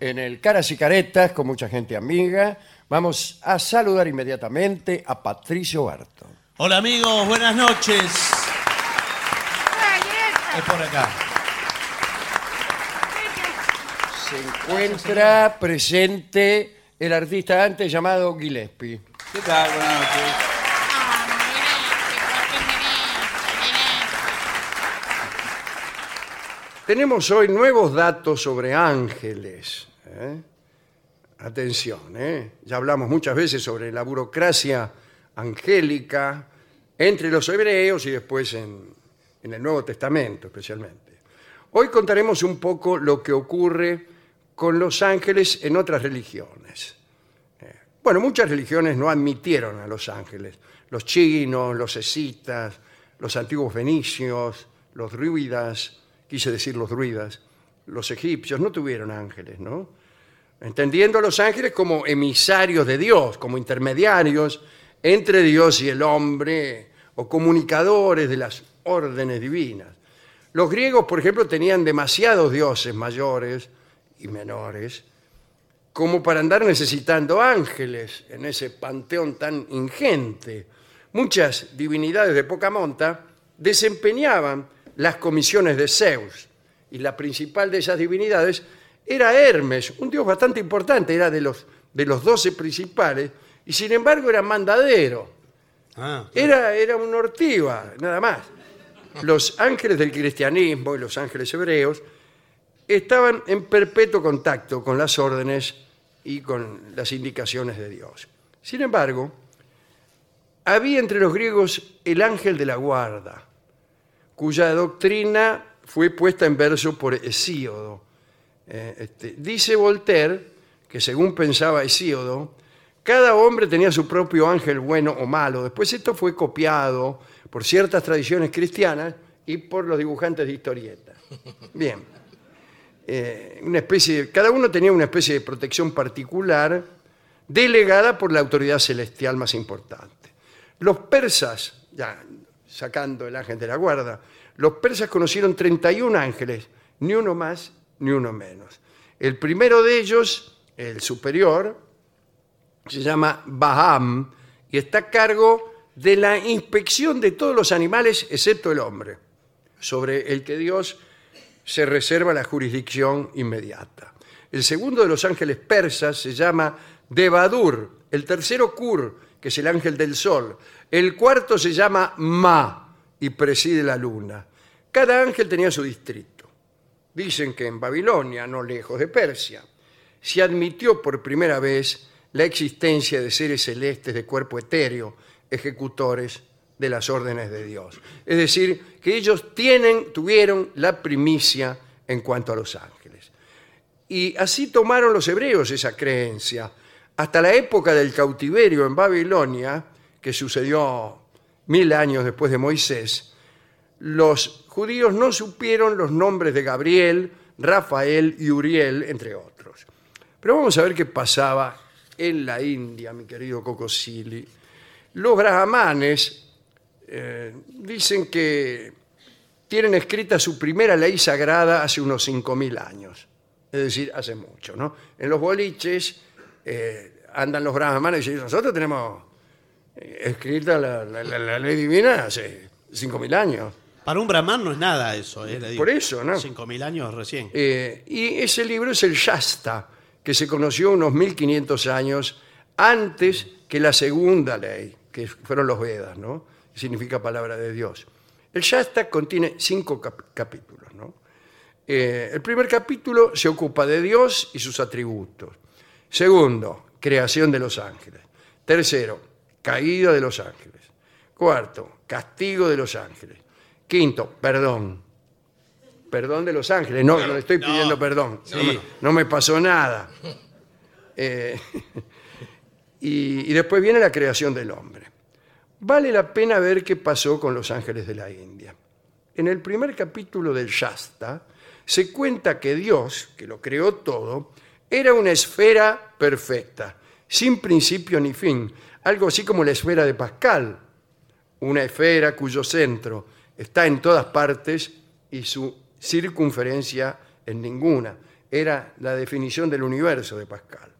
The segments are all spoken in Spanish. en el Caras y Caretas con mucha gente amiga. Vamos a saludar inmediatamente a Patricio Barto. Hola amigos, buenas noches. Es por acá. Se encuentra presente el artista antes llamado Gillespie. ¿Qué tal? Buenas noches. Tenemos hoy nuevos datos sobre ángeles. ¿eh? Atención, ¿eh? ya hablamos muchas veces sobre la burocracia angélica entre los hebreos y después en, en el Nuevo Testamento especialmente. Hoy contaremos un poco lo que ocurre con los ángeles en otras religiones. Eh, Bueno, muchas religiones no admitieron a los ángeles. Los chinos, los escitas, los antiguos fenicios, los druidas, quise decir los druidas, los egipcios, no tuvieron ángeles, ¿no? Entendiendo a los ángeles como emisarios de Dios, como intermediarios entre Dios y el hombre, o comunicadores de las órdenes divinas. Los griegos, por ejemplo, tenían demasiados dioses mayores y menores como para andar necesitando ángeles en ese panteón tan ingente. Muchas divinidades de poca monta desempeñaban las comisiones de Zeus y la principal de esas divinidades era Hermes, un dios bastante importante, era de los de los doce principales y sin embargo era mandadero. Ah, Era, era un ortiva, nada más. Los ángeles del cristianismo y los ángeles hebreos estaban en perpetuo contacto con las órdenes y con las indicaciones de Dios. Sin embargo, había entre los griegos el ángel de la guarda, cuya doctrina fue puesta en verso por Hesíodo. Eh, este, dice Voltaire que según pensaba Hesíodo, cada hombre tenía su propio ángel bueno o malo. Después esto fue copiado por ciertas tradiciones cristianas y por los dibujantes de historietas. Bien. Eh, una especie de- cada uno tenía una especie de protección particular delegada por la autoridad celestial más importante. Los persas, ya sacando el ángel de la guarda, los persas conocieron 31 ángeles, ni uno más ni uno menos. El primero de ellos, el superior, se llama Baham y está a cargo de la inspección de todos los animales excepto el hombre, sobre el que Dios se reserva la jurisdicción inmediata. El segundo de los ángeles persas se llama Devadur, el tercero Kur, que es el ángel del sol, el cuarto se llama Ma y preside la luna. Cada ángel tenía su distrito. Dicen que en Babilonia, no lejos de Persia, se admitió por primera vez la existencia de seres celestes de cuerpo etéreo, ejecutores de las órdenes de Dios. Es decir, que ellos tienen, tuvieron la primicia en cuanto a los ángeles. Y así tomaron los hebreos esa creencia. Hasta la época del cautiverio en Babilonia, que sucedió mil años después de Moisés, los judíos no supieron los nombres de Gabriel, Rafael y Uriel, entre otros. Pero vamos a ver qué pasaba en la India, mi querido Cocosili. Los brahmanes eh, dicen que tienen escrita su primera ley sagrada hace unos 5.000 años. Es decir, hace mucho, ¿no? En los boliches eh, andan los brahmanes y dicen, nosotros tenemos eh, escrita la, la- la- la ley divina hace 5.000 años. Para un brahman no es nada eso, eh, le digo. Por eso, ¿no? 5.000 años recién. Eh, y ese libro es el Shasta, que se conoció unos 1500 años antes que la segunda ley, que fueron los Vedas, ¿no? Que significa palabra de Dios. El Shasta contiene cinco cap- capítulos, ¿no? Eh, el primer capítulo se ocupa de Dios y sus atributos. Segundo, creación de los ángeles. Tercero, caída de los ángeles. Cuarto, castigo de los ángeles. Quinto, perdón. Perdón de los ángeles. No, no le estoy No. pidiendo perdón. No, Sí. me, no me pasó nada. Eh, y, y después viene la creación del hombre. Vale la pena ver qué pasó con los ángeles de la India. En el primer capítulo del Shasta se cuenta que Dios, que lo creó todo, era una esfera perfecta, sin principio ni fin, algo así como la esfera de Pascal, una esfera cuyo centro está en todas partes y su circunferencia en ninguna. Era la definición del universo de Pascal.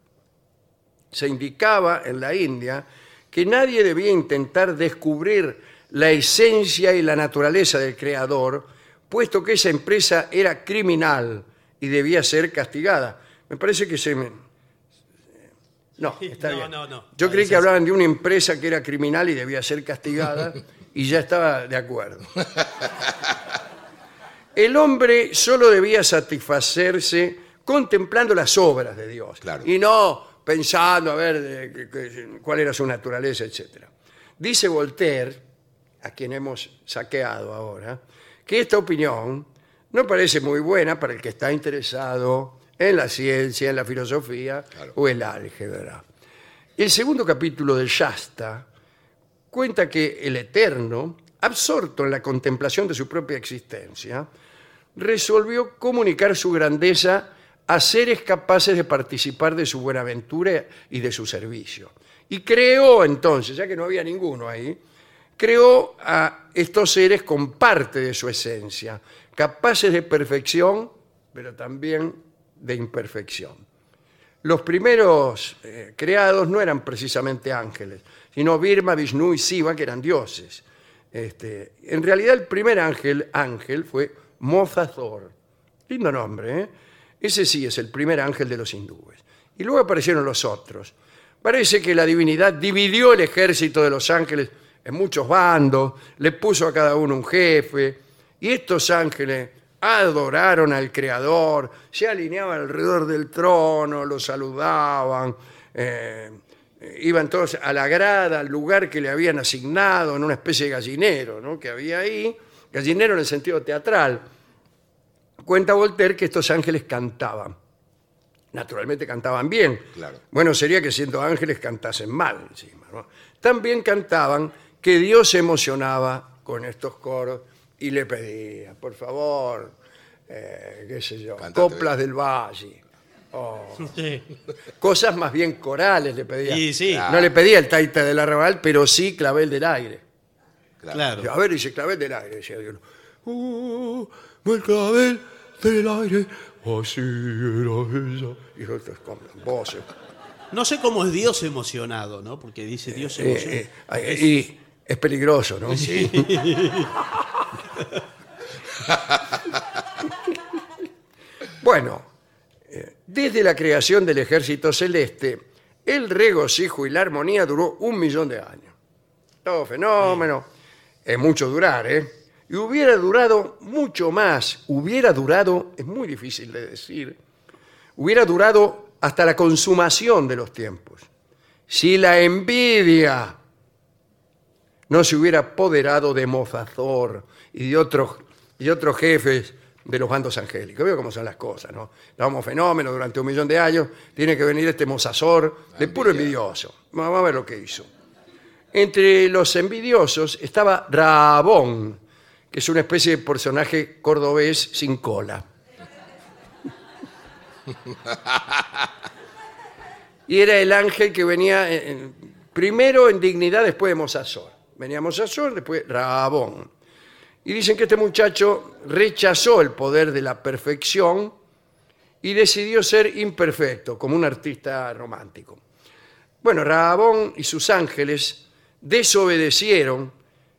Se indicaba en la India que nadie debía intentar descubrir la esencia y la naturaleza del creador, puesto que esa empresa era criminal y debía ser castigada. Me parece que se me... No, está No, bien. no, no. Yo creí Parece que hablaban de una empresa que era criminal y debía ser castigada y ya estaba de acuerdo. El hombre solo debía satisfacerse contemplando las obras de Dios Claro. y no pensando a ver de- que- que- cuál era su naturaleza, etc. Dice Voltaire, a quien hemos saqueado ahora, que esta opinión no parece muy buena para el que está interesado en la ciencia, en la filosofía Claro. o el álgebra. El segundo capítulo de Shasta cuenta que el Eterno, absorto en la contemplación de su propia existencia, resolvió comunicar su grandeza a seres capaces de participar de su buenaventura y de su servicio. Y creó entonces, ya que no había ninguno ahí, creó a estos seres con parte de su esencia, capaces de perfección, pero también de imperfección los primeros eh, creados no eran precisamente ángeles, sino Birma, Vishnu y Siva, que eran dioses. Este, en realidad el primer ángel, ángel, fue Mozazor. Lindo nombre, ¿eh? Ese sí es el primer ángel de los hindúes. Y luego aparecieron los otros. Parece que la divinidad dividió el ejército de los ángeles en muchos bandos, le puso a cada uno un jefe, y estos ángeles adoraron al Creador, se alineaban alrededor del trono, lo saludaban, eh, iban todos a la grada, al lugar que le habían asignado, en una especie de gallinero ¿no? que había ahí, gallinero en el sentido teatral. Cuenta Voltaire que estos ángeles cantaban. Naturalmente cantaban bien. Claro. Bueno, sería que siendo ángeles cantasen mal encima. ¿no? También cantaban que Dios se emocionaba con estos coros y le pedía, por favor, eh, qué sé yo, Cantate. coplas del valle. Oh, Sí. Cosas más bien corales le pedía. Y sí. No le pedía el taita del arrabal, pero sí clavel del aire. Claro. A ver, dice clavel del aire, decía yo. Uh, el clavel del aire, así era ella. Y otros con voces. No sé cómo es Dios emocionado, ¿no? Porque dice Dios Eh, emocionado. eh, ay, y es peligroso, ¿no? bueno, eh, desde la creación del ejército celeste, el regocijo y la armonía duró un millón de años. Todo fenómeno. Es mucho durar, ¿eh? Y hubiera durado mucho más. Hubiera durado, es muy difícil de decir, hubiera durado hasta la consumación de los tiempos. Si la envidia no se hubiera apoderado de Mofazor y de otros, y otros jefes de los bandos angélicos. Veo cómo son las cosas, ¿no? Damos fenómenos durante un millón de años, tiene que venir este Mozazor de puro envidioso. Vamos a ver lo que hizo. Entre los envidiosos estaba Rabón, que es una especie de personaje cordobés sin cola. y era el ángel que venía en- en- primero en dignidad, después de Mosasor. Venía Mosasor, después Rabón. Y dicen que este muchacho rechazó el poder de la perfección y decidió ser imperfecto, como un artista romántico. Bueno, Rabón y sus ángeles desobedecieron,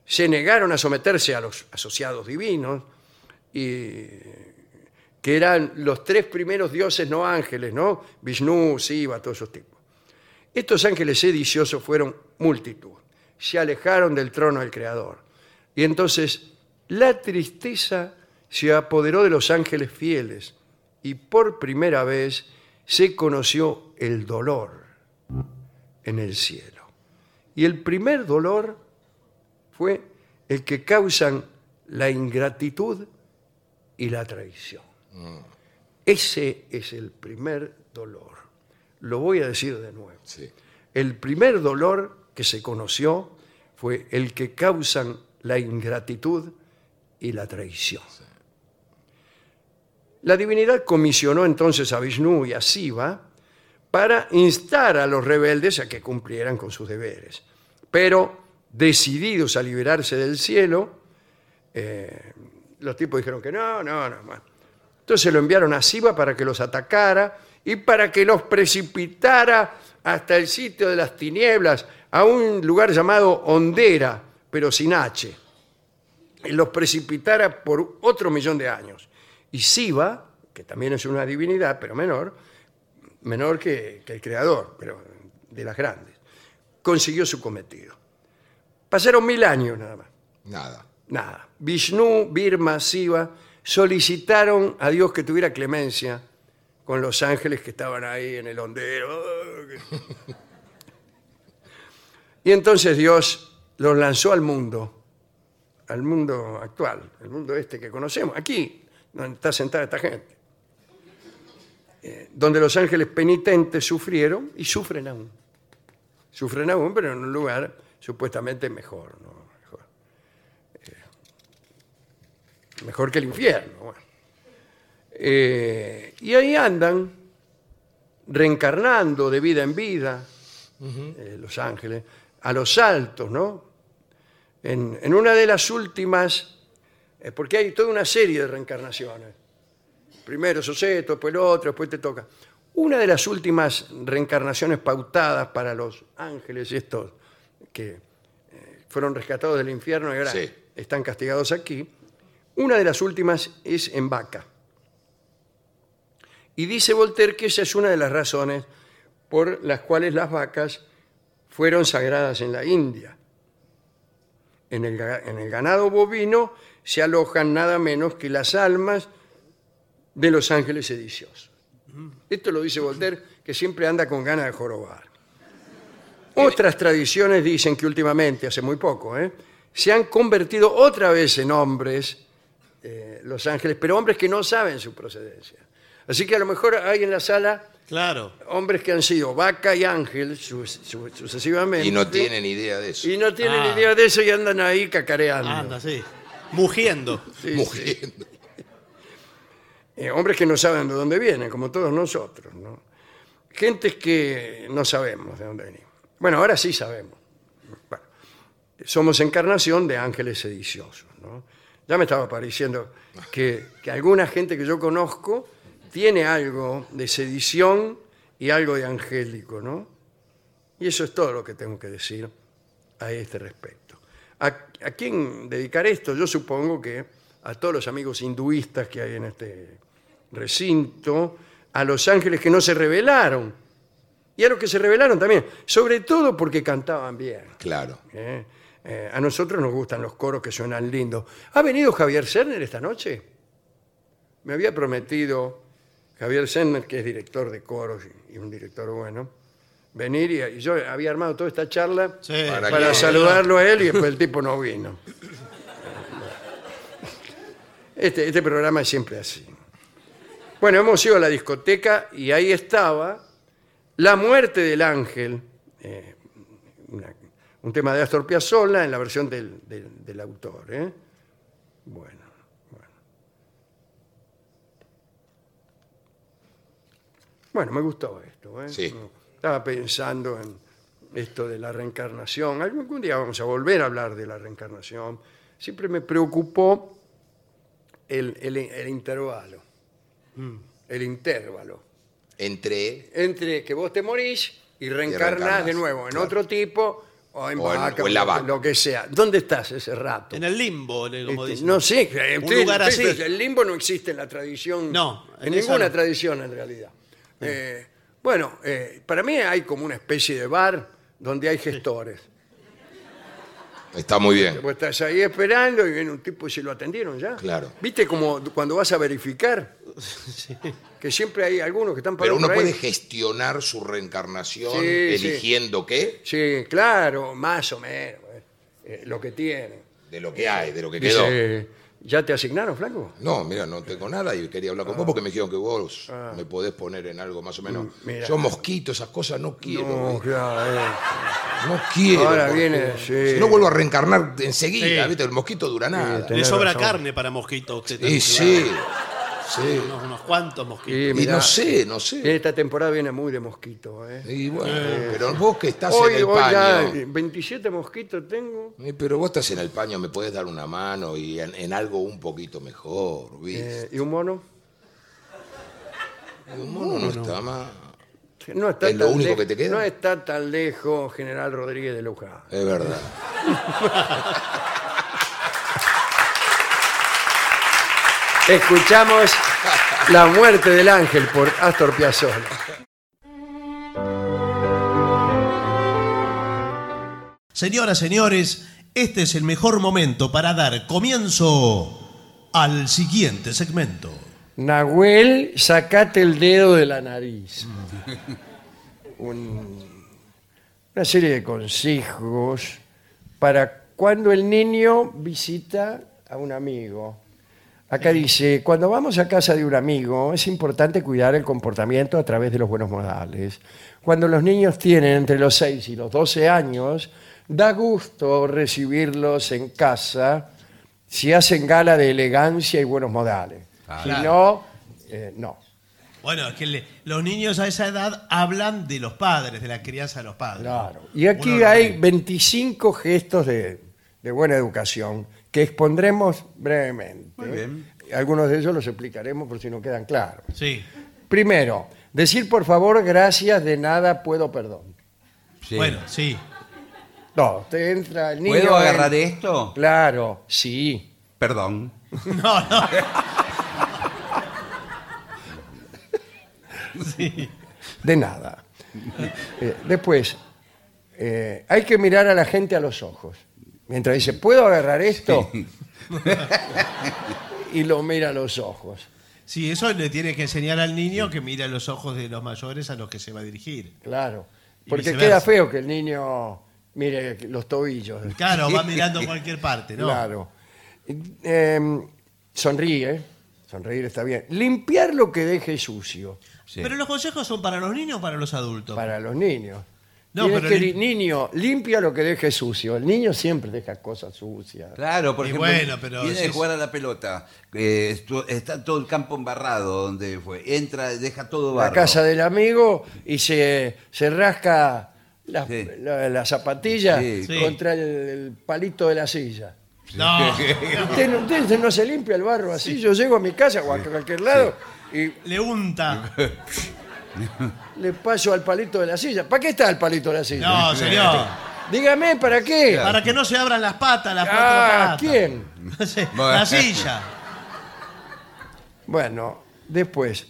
se negaron a someterse a los asociados divinos, y que eran los tres primeros dioses no ángeles, ¿no? Vishnu, Siva, todos esos tipos. Estos ángeles sediciosos fueron multitud, se alejaron del trono del Creador. Y entonces la tristeza se apoderó de los ángeles fieles y por primera vez se conoció el dolor en el cielo. Y el primer dolor fue el que causan la ingratitud y la traición. Ese es el primer dolor. Lo voy a decir de nuevo. Sí. El primer dolor que se conoció fue el que causan la ingratitud y la traición. La divinidad comisionó entonces a Vishnu y a Siva para instar a los rebeldes a que cumplieran con sus deberes. Pero decididos a liberarse del cielo, eh, los tipos dijeron que no, no, no. bueno. Entonces lo enviaron a Siva para que los atacara y para que los precipitara hasta el sitio de las tinieblas, a un lugar llamado Hondera, pero sin H. Y los precipitara por otro millón de años. Y Siva, que también es una divinidad, pero menor, menor que, que el creador, pero de las grandes, consiguió su cometido. Pasaron mil años nada más. Nada. Nada. Vishnu, Birma, Siva solicitaron a Dios que tuviera clemencia con los ángeles que estaban ahí en el hondero. Y entonces Dios los lanzó al mundo, al mundo actual, el mundo este que conocemos, aquí, donde está sentada esta gente, Eh, donde los ángeles penitentes sufrieron y sufren aún. Sufren aún, pero en un lugar supuestamente mejor, ¿no? Mejor. mejor que el infierno. bueno. Eh, y ahí andan reencarnando de vida en vida eh, los ángeles, a los saltos, ¿no? En, en una de las últimas, eh, porque hay toda una serie de reencarnaciones. Primero Soseto, después el otro, después te toca. Una de las últimas reencarnaciones pautadas para los ángeles estos que eh, fueron rescatados del infierno y ahora Sí. están castigados aquí. Una de las últimas es en vaca. Y dice Voltaire que esa es una de las razones por las cuales las vacas fueron sagradas en la India. En el, ga- en el ganado bovino se alojan nada menos que las almas de los ángeles sediciosos. Esto lo dice Voltaire, que siempre anda con ganas de jorobar. Otras tradiciones dicen que últimamente, hace muy poco, ¿eh? se han convertido otra vez en hombres eh, los ángeles, pero hombres que no saben su procedencia. Así que a lo mejor hay en la sala Claro. hombres que han sido vaca y ángel su- su- sucesivamente. Y no tienen idea de eso. Y no tienen Ah. idea de eso y andan ahí cacareando. Anda, sí. Mugiendo. Sí, sí. Mugiendo. Eh, hombres que no saben de dónde vienen, como todos nosotros. ¿no? Gentes que no sabemos de dónde venimos. Bueno, ahora sí sabemos. Bueno, somos encarnación de ángeles sediciosos. ¿no? Ya me estaba pareciendo que, que alguna gente que yo conozco tiene algo de sedición y algo de angélico. ¿no? Y eso es todo lo que tengo que decir a este respecto. ¿A, a quién dedicar esto? Yo supongo que a todos los amigos hinduistas que hay en este recinto, a los ángeles que no se rebelaron y a los que se rebelaron también, sobre todo porque cantaban bien. Claro. ¿eh? Eh, a nosotros nos gustan los coros que suenan lindos. ¿Ha venido Javier Serner esta noche? Me había prometido Javier Serner, que es director de coros y- y un director bueno, venir y, y yo había armado toda esta charla Sí. Para para que- saludarlo a él y después el tipo no vino. Este, este programa es siempre así. Bueno, hemos ido a la discoteca y ahí estaba La muerte del ángel, eh, una- un tema de Astor Piazzolla en la versión del, del- del autor. ¿eh? Bueno, bueno. Bueno, me gustó esto. ¿eh? Sí. Estaba pensando en esto de la reencarnación. Algún día vamos a volver a hablar de la reencarnación. Siempre me preocupó el, el- el intervalo. El intervalo. Entre. Entre que vos te morís y reencarnás reencarnás, de nuevo en claro. otro tipo o en, O en- vaca, o en la vaca. lo que sea. ¿Dónde estás ese rato? En el limbo, en el- como Este, dicen. no sé, eh, Un usted- lugar usted- así. el limbo no existe en la tradición. No, en, en esa ninguna no. tradición en realidad. Eh, bueno, eh, para mí hay como una especie de bar donde hay gestores. Está muy bien. Vos estás ahí esperando y viene un tipo y se lo atendieron ya. Claro. ¿Viste como cuando vas a verificar? Que siempre hay algunos que están Pero parados uno por ahí. puede gestionar su reencarnación Sí, sí. eligiendo qué. Sí, claro, más o menos. eh, eh, lo que tiene. De lo que hay, de lo que quedó. Dice, ¿Ya te asignaron, flaco? No, mira, no tengo nada y quería hablar con Ah. vos porque me dijeron que vos me podés poner en algo más o menos. Mm, mira. Yo mosquito, esas cosas no quiero. No, No, claro. eh. quiero. Ahora porque viene, sí. Si no vuelvo a reencarnar enseguida, Sí. ¿viste? El mosquito dura nada. te- Le tenés sobra razón. carne para mosquitos. a Usted y también, sí, claro. sí. Unos, unos cuantos mosquitos. Y Y mirá, no sé, no sé. Esta temporada viene muy de mosquito. ¿eh? Y bueno, pero vos que estás Hoy, en el hoy ya paño. eh, 27 mosquitos tengo. Eh, Pero vos estás en el paño, me podés dar una mano y en, en algo un poquito mejor, ¿viste? eh, ¿Y un mono? Eh, un mono no está mal. No está ¿Es lo tan único lej- que te queda? No está tan lejos, General Rodríguez de Luján. Es verdad. Escuchamos La muerte del ángel por Astor Piazzolla. Señoras, señores, este es el mejor momento para dar comienzo al siguiente segmento. Nahuel, sacate el dedo de la nariz. Un- una serie de consejos para cuando el niño visita a un amigo. Acá dice, cuando vamos a casa de un amigo es importante cuidar el comportamiento a través de los buenos modales. Cuando los niños tienen entre los 6 y los 12 años, da gusto recibirlos en casa si hacen gala de elegancia y buenos modales. Ah, Si no, eh, no. Bueno, es que le- los niños a esa edad hablan de los padres, de la crianza de los padres. Claro. Y aquí Uno no hay ve. 25 gestos de, de buena educación que expondremos brevemente. Algunos de ellos los explicaremos por si no quedan claros. Sí. Primero, decir por favor gracias, de nada puedo perdón. Sí. Bueno, sí. No, te entra el niño. eh. ¿Puedo en- agarrar esto? Claro, sí. Perdón. No, no. Sí. De nada. Eh, después, eh, hay que mirar a la gente a los ojos. Mientras dice, ¿puedo agarrar esto? y lo mira a los ojos. Sí, eso le tiene que enseñar al niño que mira los ojos de los mayores a los que se va a dirigir. Claro. Y Porque viceversa. queda feo que el niño mire los tobillos. Claro, va mirando cualquier parte, ¿no? Claro. Eh, sonríe. Sonreír está bien. Limpiar lo que deje sucio Sí. Pero los consejos son para los niños o para los adultos. para los niños. No, Tienes pero que lim- el niño limpia lo que deje sucio. El niño siempre deja cosas sucias. Claro, por Y ejemplo, bueno, pero viene si de es- jugar a la pelota, eh, estu- está todo el campo embarrado donde fue, entra, deja todo La barro. casa del amigo y se, se rasca las Sí. la, la zapatilla Sí. Sí. contra el, el palito de la silla. No. Usted, no- usted no se limpia el barro así. Yo llego a mi casa o a cualquier lado y Le unta. le paso al palito de la silla. ¿Para qué está el palito de la silla? No, señor. Dígame, ¿para qué? Para que no se abran las patas, las cuatro Ah, patas. ¿quién? No sé, Bueno. la silla. Bueno, después,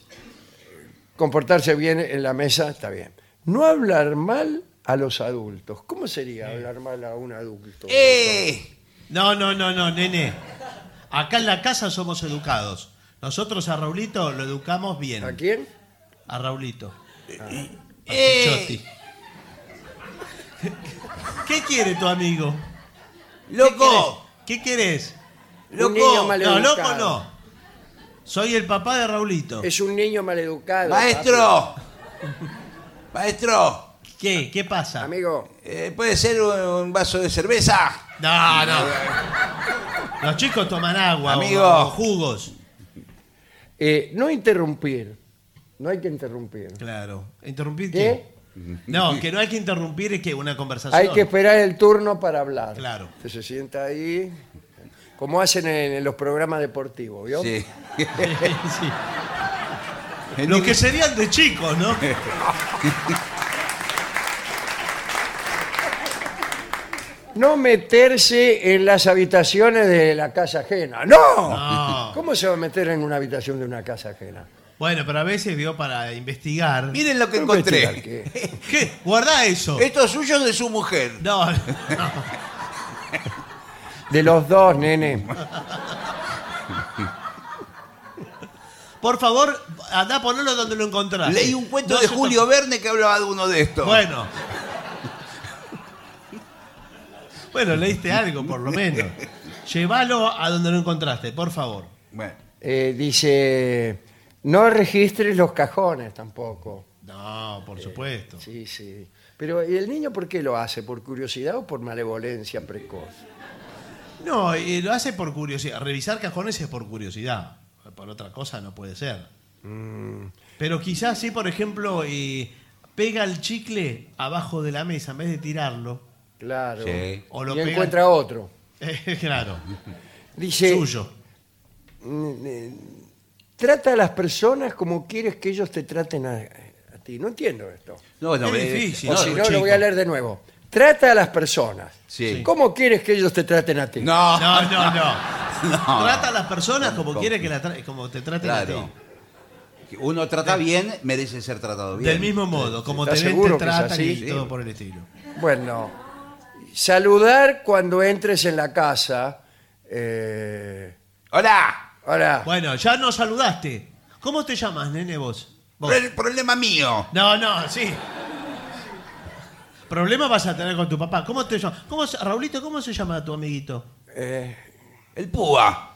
comportarse bien en la mesa está bien. No hablar mal a los adultos. ¿Cómo sería hablar mal a un adulto? ¡Eh! No, no, no, no, nene. Acá en la casa somos educados. Nosotros a Raulito lo educamos bien. ¿A quién? A Raulito. Ah. A Eh. Pichotti. ¿Qué quiere tu amigo? ¡Loco! ¿Qué quieres? Un niño No, maleducado. loco no. Soy el papá de Raulito. Es un niño maleducado. Ah, ¡Maestro! ¡Maestro! ¿Qué? ¿Qué papi. pasa? Amigo, eh, ¿Puede ser un, un vaso de cerveza? No, no. Los chicos toman agua, o- Amigo. o jugos. eh, no interrumpir. No hay que interrumpir. Claro. ¿Interrumpir ¿Qué? qué? No, que no hay que interrumpir es que una conversación. Hay que esperar el turno para hablar. Claro. Usted se sienta ahí, como hacen en, en los programas deportivos, ¿vio? Sí. Sí. Los que serían de chicos, ¿no? No meterse en las habitaciones de la casa ajena. ¡No! No. ¿Cómo se va a meter en una habitación de una casa ajena? Bueno, pero a veces vio para investigar. Miren lo que Tengo que encontré. investigar qué. ¿Qué? Guarda eso. Esto es suyo de su mujer. No, no. De los dos, nene. Por favor, andá a ponerlo donde lo encontrás. Leí un cuento No de se Julio Verne que hablaba de uno de to- estos. Bueno. Bueno, leíste algo, por lo menos. Llévalo a donde lo encontraste, por favor. Bueno, Eh, dice, no registres los cajones tampoco. No, por supuesto. Sí, sí. Pero ¿y el niño por qué lo hace? ¿Por curiosidad o por malevolencia precoz? No, eh, lo hace por curiosidad. Revisar cajones es por curiosidad. Por otra cosa no puede ser. Pero quizás sí, por ejemplo, eh, pega el chicle abajo de la mesa en vez de tirarlo. Claro. Sí. O lo y pega- encuentra otro. Eh, claro, Dice, suyo. mm, eh, trata a las personas como quieres que ellos te traten a, a ti. No entiendo esto. no, no, Es eh, difícil. o no, si no, lo chico. voy a leer de nuevo. Trata a las personas. Sí. ¿Cómo quieres que ellos te traten a ti? No, No, no, no. Ah. No. Trata a las personas como Tampoco. quiere que la tra- como te traten a claro. ti. Uno trata bien, merece ser tratado bien. Del mismo modo, como te ¿Estás ven, te seguro que es tratan y así? todo por el estilo. Bueno, saludar cuando entres en la casa. eh, ¡Hola! ahora, Bueno, ya nos saludaste. ¿Cómo te llamas, nene, vos? Vos. Pro- problema mío. No, no, sí. Problema vas a tener con tu papá. ¿Cómo te llamas? ¿Cómo, se- Raulito, ¿cómo se llama tu amiguito? eh, El púa.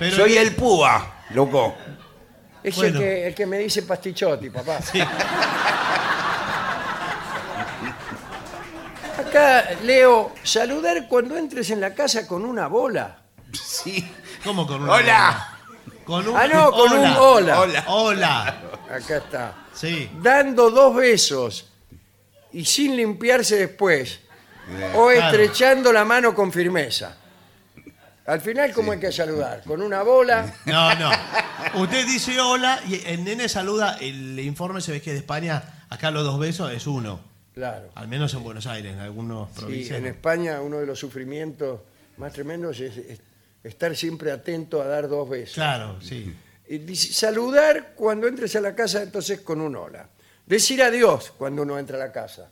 Pero- Soy el púa, loco. es Bueno. el, que, el que me dice pastichotti, papá. Acá leo, saludar cuando entres en la casa con una bola. Sí. ¿Cómo con un Hola. Con un Ah, no, con un hola. Hola. Hola. Acá está. Sí. Dando dos besos y sin limpiarse después. O Eh, Claro. estrechando la mano con firmeza. Al final, ¿cómo hay que saludar? ¿Con una bola? No, no. Usted dice hola y el nene saluda. El informe se ve que de España, acá los dos besos es uno. Claro. Al menos en Buenos Aires, en algunos Sí, provincias. en España uno de los sufrimientos más tremendos es, es estar siempre atento a dar dos besos. Claro, sí. Y dice, saludar cuando entres a la casa, entonces con un hola. Decir adiós cuando uno entra a la casa.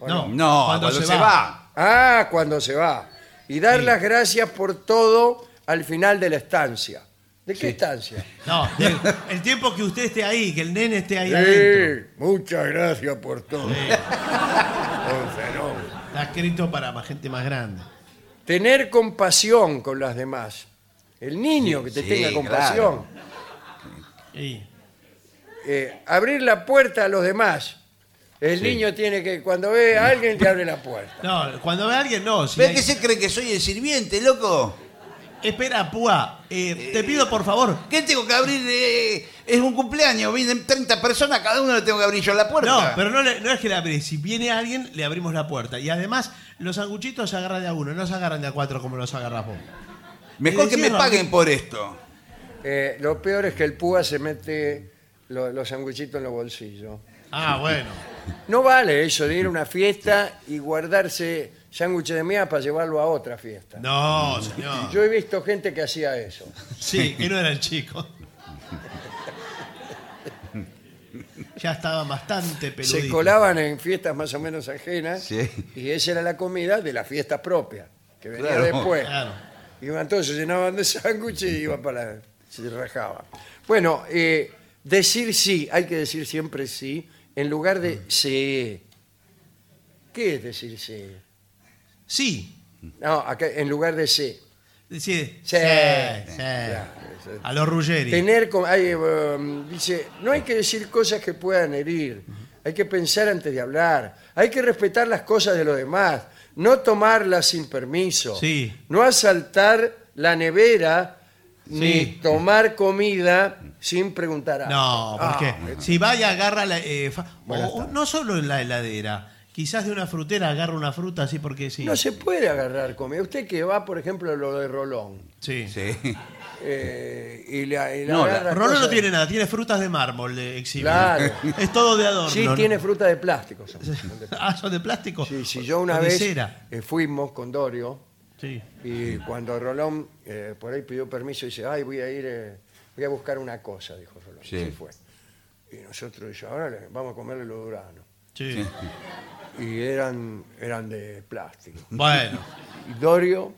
¿o No. No, Cuando cuando, se se, va. va. Ah, cuando se va. Y dar las gracias por todo al final de la estancia. ¿De qué estancia? No, el, el tiempo que usted esté ahí, que el nene esté ahí Sí, adentro. muchas gracias por todo. Un fenómeno. Está escrito para más gente más grande. Tener compasión con las demás. El niño que te sí, tenga compasión. Y, Eh, abrir la puerta a los demás. El niño tiene que, cuando ve a alguien, te abre la puerta. no, cuando ve a alguien, no. si ¿Ves hay- que se cree que soy el sirviente, loco? Espera, Púa, eh, te pido por favor. ¿Qué tengo que abrir? eh? es un cumpleaños, vienen 30 personas, cada uno le tengo que abrir yo la puerta. No, pero no, le- no es que le abrís. Si viene alguien, le abrimos la puerta. Y además, los sanguchitos se agarran de a uno, no se agarran de a cuatro como los agarras vos. Mejor que me Encierra. paguen por esto. Eh, lo peor es que el púa se mete lo- los sanguchitos en los bolsillos. Ah, bueno. No vale eso de ir a una fiesta y guardarse sándwiches de mía para llevarlo a otra fiesta. No, señor. Yo he visto gente que hacía eso. Sí, que no eran chicos. Ya estaban bastante peluditos. Se colaban en fiestas más o menos ajenas Sí. y esa era la comida de la fiesta propia, que venía Claro. después. Claro. Iban todos, se llenaban de sándwiches y iban para la, se rajaban. Bueno, eh, decir sí, hay que decir siempre sí, en lugar de sí. ¿Qué es decir sí? Sí. No, acá, en lugar de sí. Sí. Sí. Sí. sí. Sí. A los Ruggeri. Tener, co- hay, um, dice, no hay que decir cosas que puedan herir, hay que pensar antes de hablar, hay que respetar las cosas de los demás, no tomarlas sin permiso, Sí. no asaltar la nevera ni Sí. tomar comida sin preguntar algo. No, porque Ah, si va y agarra la, eh, fa- o- Buenas o no solo en la heladera, quizás de una frutera agarra una fruta así porque sí. no se puede agarrar comida. Usted que va, por ejemplo, a lo de Rolón Sí. Sí. eh, y le, y le No, la- agarra Rolón no cosas- tiene nada, tiene frutas de mármol, eh, exhibe. Claro. Es todo de adorno. Sí, ¿no? tiene fruta de plástico. son. Ah, son de plástico. Sí, sí, yo O una de vez cera. eh, fuimos con Dorio. Sí. Y cuando Rolón eh, por ahí pidió permiso, dice, ay, voy a ir, eh, voy a buscar una cosa, dijo Rolón. Sí. Se fue. Y nosotros, dice, ahora le- vamos a comerle los duranos. Sí. Y eran, eran de plástico. Bueno, Y Dorio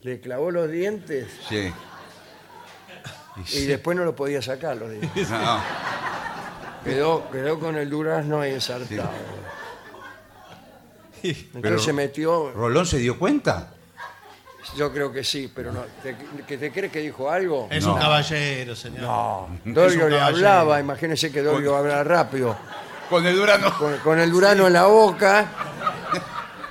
le clavó los dientes Sí. y después no lo podía sacar los dientes. No, Quedó, quedó con el durazno ahí ensartado. Entonces Pero- se metió, Rolón se dio cuenta. yo creo que sí, pero no. ¿Te, que te crees que dijo algo? Es un No. caballero, señor. No. Es Dorio un le caballero. hablaba, imagínense que Dorio habla rápido, Con el Durano. con, con el Durano en la boca.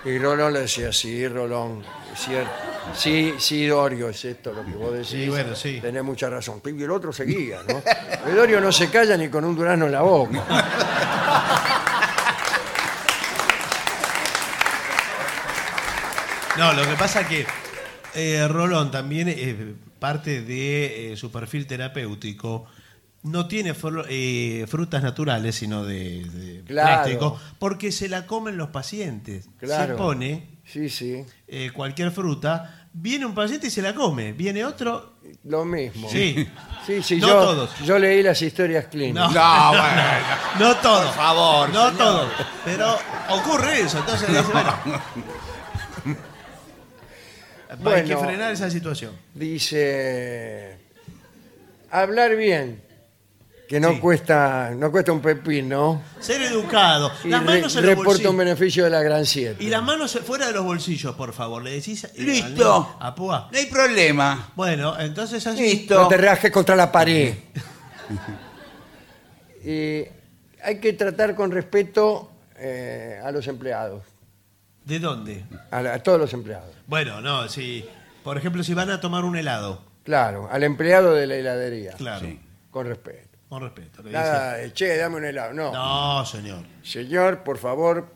Y Rolón le decía, sí, Rolón, es cierto. Sí, sí, Dorio, es esto lo que vos decís. Sí, bueno, sí. Tenés mucha razón. Y el otro seguía, ¿no? El Dorio no se calla ni con un Durano en la boca. No, lo que pasa que eh, Rolón también, eh, parte de eh, su perfil terapéutico, no tiene fru- eh, frutas naturales, sino de, de Claro. plástico, porque se la comen los pacientes. Claro. Se pone Sí, sí. eh, cualquier fruta, viene un paciente y se la come, viene otro, Lo mismo. sí. Sí, sí, No yo, todos. yo leí las historias clínicas. No, no todos. Por favor. No todos. Pero ocurre eso. Entonces, dice, bueno. Hay que Bueno. frenar esa situación. Dice, hablar bien, que no Sí. cuesta no cuesta un pepino. Ser educado. Y Las re- manos en los reporta un bolsillos. beneficio de la Gran 7. Y las manos fuera de los bolsillos, por favor. Le decís. eh, Listo. al- Apúa. No hay problema. Bueno, entonces así. No Listo. te rajes contra la pared. y Eh, hay que tratar con respeto eh, a los empleados, ¿De dónde? a, la- a todos los empleados. Bueno, no, si. Por ejemplo, si van a tomar un helado. Claro, al empleado de la heladería. Claro. Sí. Con respeto. Con respeto. le dice, Nada, de, che, dame un helado. No. No, señor. Señor, por favor,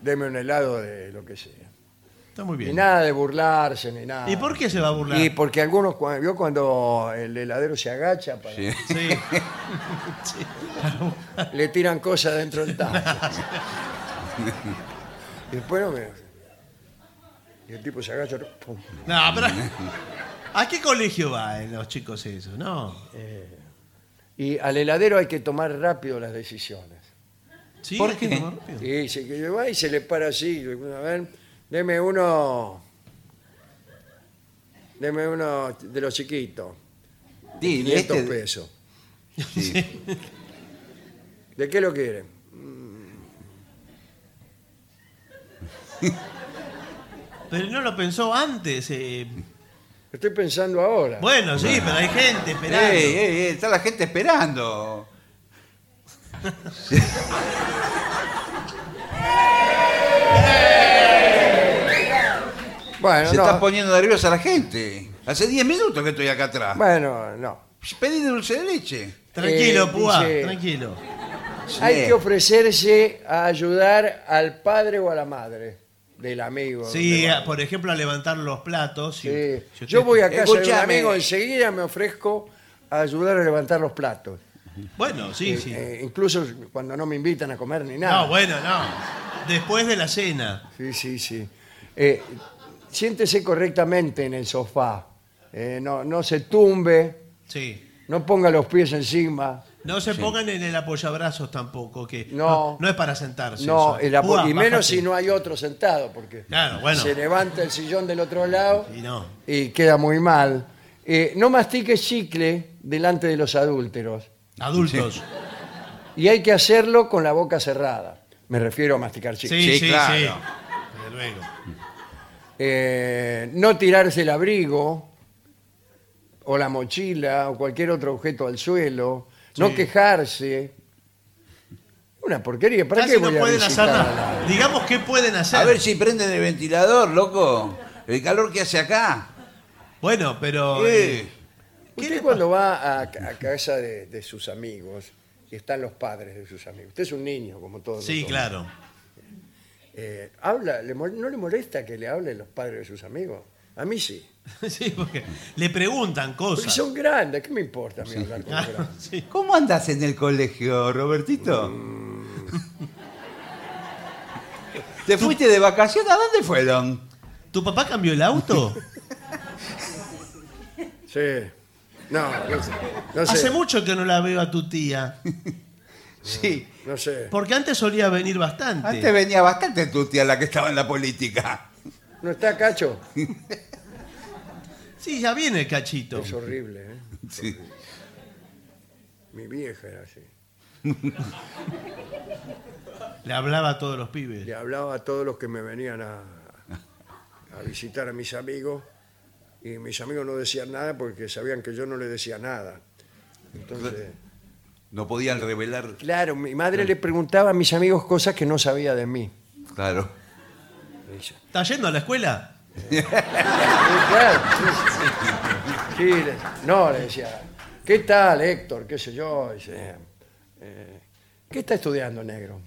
deme un helado de lo que sea. Está muy Ni bien. nada de burlarse, ni nada. ¿Y por qué se va a burlar? Y porque algunos, cua- vio cuando el heladero se agacha, para- Sí. Sí. le tiran cosas dentro del tazo. y después no me... Y el tipo se agacha. pum. No, pero. ¿A qué colegio van los chicos esos? No. Y al heladero hay que tomar rápido las decisiones. Sí, ¿Por hay que qué? tomar rápido. Y se, que va y se le para así. A ver, deme uno... Deme uno de los chiquitos. Sí, 500 este- pesos. sí. ¿De qué lo quieren? Pero no lo pensó antes. eh. Estoy pensando ahora. Bueno, sí, pero hay gente esperando. Ey, ey, ey, está la gente esperando. bueno, Se no. está poniendo nerviosa la gente. Hace 10 minutos que estoy acá atrás. Bueno, no. Pedí dulce de leche. Tranquilo, Eh, Púa, dice- tranquilo. Hay que ofrecerse a ayudar al padre o a la madre del amigo. Sí, del a- padre. por ejemplo, a levantar los platos. si- Sí. si usted- Yo voy a casa de un Escuchame. amigo, enseguida me ofrezco a ayudar a levantar los platos. Bueno, sí, sí. Eh, incluso cuando no me invitan a comer ni nada. no, bueno, no. Después de la cena. Sí, sí, sí. Eh, siéntese correctamente en el sofá. Eh, no, no se tumbe, Sí. no ponga los pies encima. No se pongan en el apoyabrazos tampoco, que No. no, no es para sentarse. No, eso. el apo- Púa, y menos bájate. si no hay otro sentado, porque Claro, bueno. se levanta el sillón del otro lado Y no. y queda muy mal. Eh, no mastiques chicle delante de los adúlteros Adultos. y hay que hacerlo con la boca cerrada. Me refiero a masticar Sí, chicle. sí, sí. Sí, claro. Desde luego. Eh, no tirarse el abrigo o la mochila o cualquier otro objeto al suelo. No Sí. quejarse. Una porquería. ¿Para Casi qué no voy a pueden hacer visitar a la- nada. Digamos qué pueden hacer. A ver si prenden el ventilador, loco. El calor que hace acá. Bueno, pero. Eh, eh, ¿Qué Usted le cuando va a, a casa de, de sus amigos y están los padres de sus amigos, usted es un niño como todos sí, nosotros. claro. Eh, habla, le mol- ¿No le molesta que le hablen los padres de sus amigos? A mí sí. sí, porque le preguntan Porque cosas. son grandes, ¿qué me importa a mí hablar con los grandes? Sí. Eh, ¿Cómo andas en el colegio, Robertito? ¿Te fuiste de vacaciones? ¿A dónde fueron? ¿Tu papá cambió el auto? Sí. No, no sé. No sé. Hace mucho que no la veo a tu tía. Sí. No sé. Porque antes solía venir bastante. Antes venía bastante tu tía la que estaba en la política. ¿No está Cacho? Sí, ya viene el cachito. Es horrible, ¿eh? Sí. Mi vieja era así. Le hablaba a todos los pibes. Le hablaba a todos los que me venían a, a visitar a mis amigos y mis amigos no decían nada porque sabían que yo no les decía nada. Entonces, No podían revelar, claro, mi madre le preguntaba a mis amigos cosas que no sabía de mí. claro. Me dice, ¿Está yendo a la escuela? Sí, claro, sí, sí. Sí, le- no, le decía, ¿qué tal Héctor? ¿Qué sé yo? Dice, eh, ¿Qué está estudiando negro?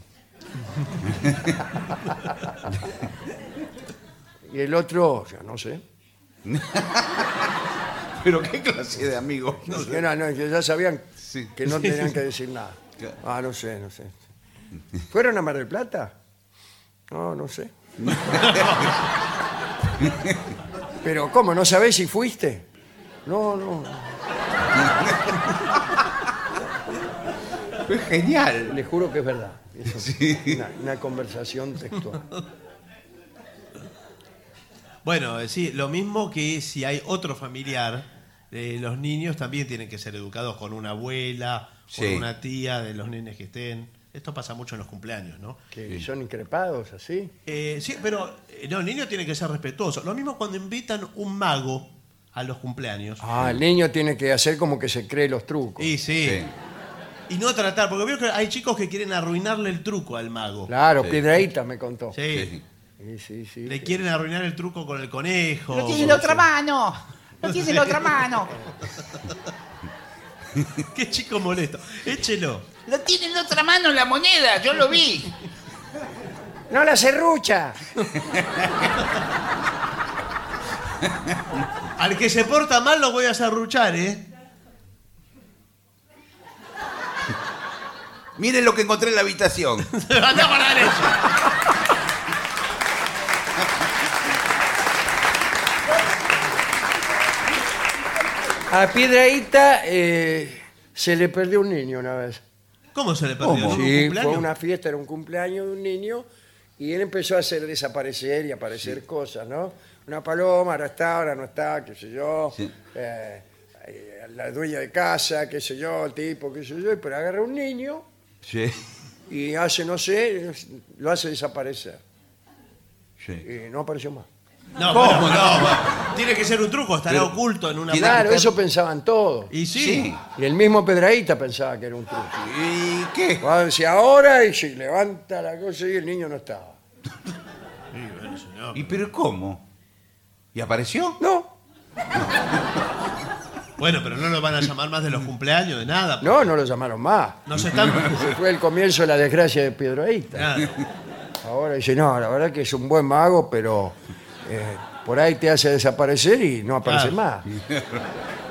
y el otro, o sea, no sé. Pero qué clase de amigo. No sé. Que no, no, que ya sabían Sí. que no tenían que decir nada. Claro. Ah, no sé, no sé. ¿Fueron a Mar del Plata? No, no sé. Pero, ¿cómo? ¿No sabés si fuiste? No, no. Es genial. Le juro que es verdad. Eso es Sí. una, una conversación textual. Bueno, eh, sí, lo mismo que si hay otro familiar, eh, los niños también tienen que ser educados con una abuela, Sí. con una tía de los nenes que estén. Esto pasa mucho en los cumpleaños, ¿no? Que son increpados así. Eh, sí, pero eh, no, el niño tiene que ser respetuoso. Lo mismo cuando invitan un mago a los cumpleaños. Ah, el niño tiene que hacer como que se cree los trucos. Y sí. Sí. Y no tratar, porque veo que hay chicos que quieren arruinarle el truco al mago. Claro, Sí. Piedraíta me contó. Sí. Sí. Sí, sí, sí. Le quieren arruinar el truco con el conejo. Lo tiene en la otra mano. Lo tiene en la otra mano. Qué chico molesto. Échelo. Lo tiene en la otra mano la moneda. Yo lo vi. ¡No la serrucha! Al que se porta mal lo voy a serruchar, ¿eh? Miren lo que encontré en la habitación. Anda para la derecha. A Piedraíta eh, se le perdió un niño una vez. ¿Cómo se le perdió? ¿Cómo? ¿No? ¿Un Sí, cumpleaños? fue una fiesta, era un cumpleaños de un niño y él empezó a hacer desaparecer y aparecer cosas, ¿no? Una paloma, ahora está, ahora no está, qué sé yo. Sí. eh, eh, la dueña de casa, qué sé yo, el tipo, qué sé yo, pero agarra un niño Sí. y hace, no sé, lo hace desaparecer. Sí. Y no apareció más. No, ¿Cómo? bueno, no, bueno. Tiene que ser un truco, estará Pero- oculto en una. Tiene Claro, que estar- eso pensaban todos. Y Ah. sí. Sí. Y el mismo Pedraíta pensaba que era un truco. ¿Y qué? Va, Decía ahora y se levanta la cosa y el niño no estaba. Sí, bueno, señor. ¿Y pero cómo? ¿Y apareció? No, Bueno, pero no lo van a llamar más de los cumpleaños, de nada. no, no lo llamaron más. Nos están. Fue el comienzo de la desgracia de Piedraíta. Claro. Ah. Ahora dice, no, la verdad que es un buen mago, pero eh, por ahí te hace desaparecer y no aparece Claro. más.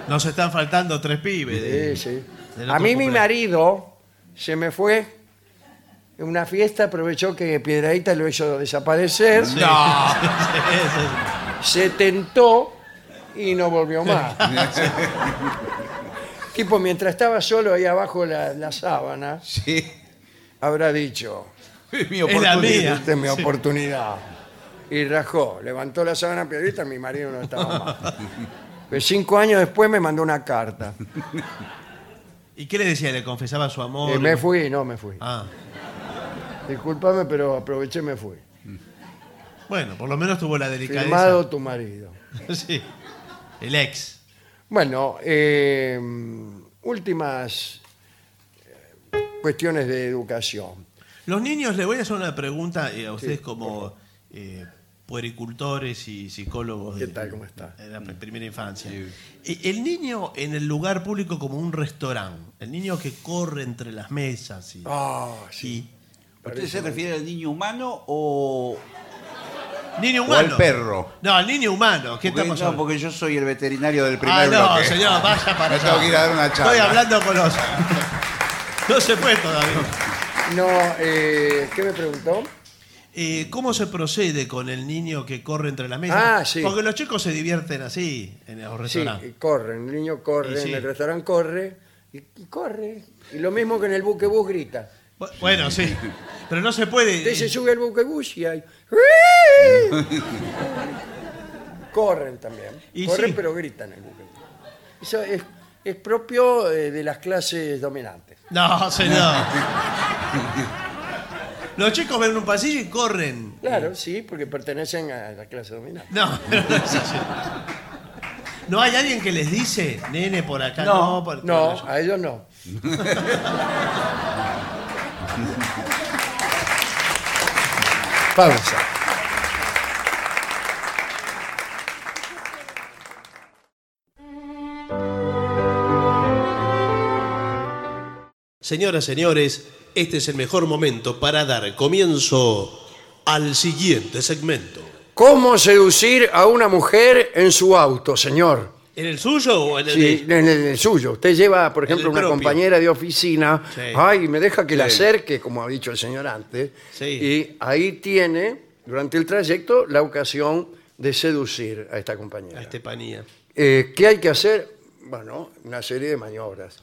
Nos están faltando tres pibes. Eh, Sí, de- sí. del A otro mí mi cumpleaños. marido se me fue en una fiesta, aprovechó que Piedraíta lo hizo desaparecer, Sí. se tentó y no volvió más. tipo, mientras estaba solo ahí abajo la, la sábana, Sí. habrá dicho, Es mi Es la oportunidad. mía. Esta es mi oportunidad. Y rajó, levantó la sábana periodista, mi marido no estaba más. Pero cinco años después me mandó una carta. ¿Y qué le decía? ¿Le confesaba su amor? Y Eh, me fui, no me fui. Oh, Ah. Disculpame, pero aproveché y me fui. Bueno, por lo menos tuvo la delicadeza. Firmado tu marido. Sí. El ex. Bueno, eh, últimas eh, cuestiones de educación. Los niños, le voy a hacer una pregunta eh, a ustedes como eh, puericultores y psicólogos. ¿Qué de- tal? ¿Cómo está? De la Mm. pr- primera infancia. Eh, El niño en el lugar público como un restaurante, el niño que corre entre las mesas y... Ah, sí. ¿Usted se refiere al niño humano o, y- Niño o humano. al perro? No, al niño humano. ¿Qué Porque- estamos no, hablando? porque yo soy el veterinario del primer Ah, no, bloque. señor, vaya para Me allá. tengo que ir a dar una charla. Estoy hablando con los... No se puede todavía. No, eh, ¿qué me preguntó? Eh, ¿Cómo se procede con el niño que corre entre las mesas? Ah, sí. Porque los chicos se divierten así en los Sí, restaurantes. y corren, el niño corre, Y sí. en el restaurante corre, y, y corre. Y lo mismo que en el buquebús grita. Bu- Bueno, sí. Pero no se puede. Usted se sube al buquebús y hay... corren también. Y corren sí. pero gritan en el buquebús. Eso es, es propio eh, de las clases dominantes. No, señor. Los chicos ven un pasillo y corren. Claro, sí, porque pertenecen a la clase dominante. No, pero no es así. ¿No hay alguien que les dice, nene, por acá? No, No, por no, a ellos no. Pausa. Señoras, señores, este es el mejor momento para dar comienzo al siguiente segmento. ¿Cómo seducir a una mujer en su auto, señor? ¿En el suyo o en el Sí, en el, en el suyo. Usted lleva, por ejemplo, el una propio. compañera de oficina, Sí. ay, me deja que la acerque, como ha dicho el señor antes, Sí. y ahí tiene, durante el trayecto, la ocasión de seducir a esta compañera. A Estefanía. Eh, ¿Qué hay que hacer? Bueno, una serie de maniobras.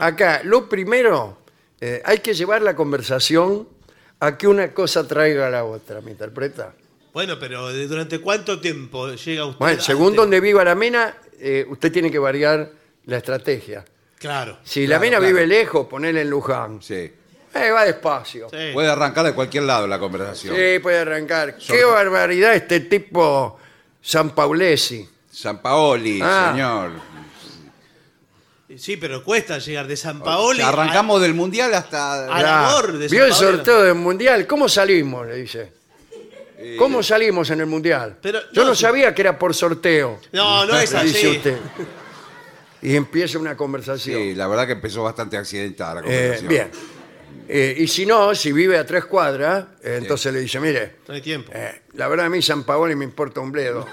Acá, lo primero, eh, hay que llevar la conversación a que una cosa traiga a la otra, ¿me interpreta? Bueno, pero ¿de- ¿durante cuánto tiempo llega usted? este? Bueno, al según tema? donde viva la mina, eh, usted tiene que variar la estrategia. Claro. Si la Claro, mina claro. vive lejos, ponele en Luján. Sí. Eh, va despacio. Sí. Sí. Puede arrancar de cualquier lado la conversación. puede arrancar. Qué barbaridad este tipo San Paulesi. San Paoli, Ah. señor. Sí, pero cuesta llegar de San Paolo. O sea, arrancamos del mundial hasta. Al Ya. amor de San Vio el Paoli. sorteo del mundial. ¿Cómo salimos? Le dice. ¿Cómo salimos en el mundial? Eh, Pero- Yo no, no, sí. sabía que era por sorteo. No, no es le dice así. usted. Y empieza una conversación. Sí, la verdad que empezó bastante accidentada la Eh, conversación. bien. Eh, y si no, si vive a tres cuadras, eh, entonces le dice, mire, No hay tiempo. eh, la verdad a mí San Paoli me importa un bledo.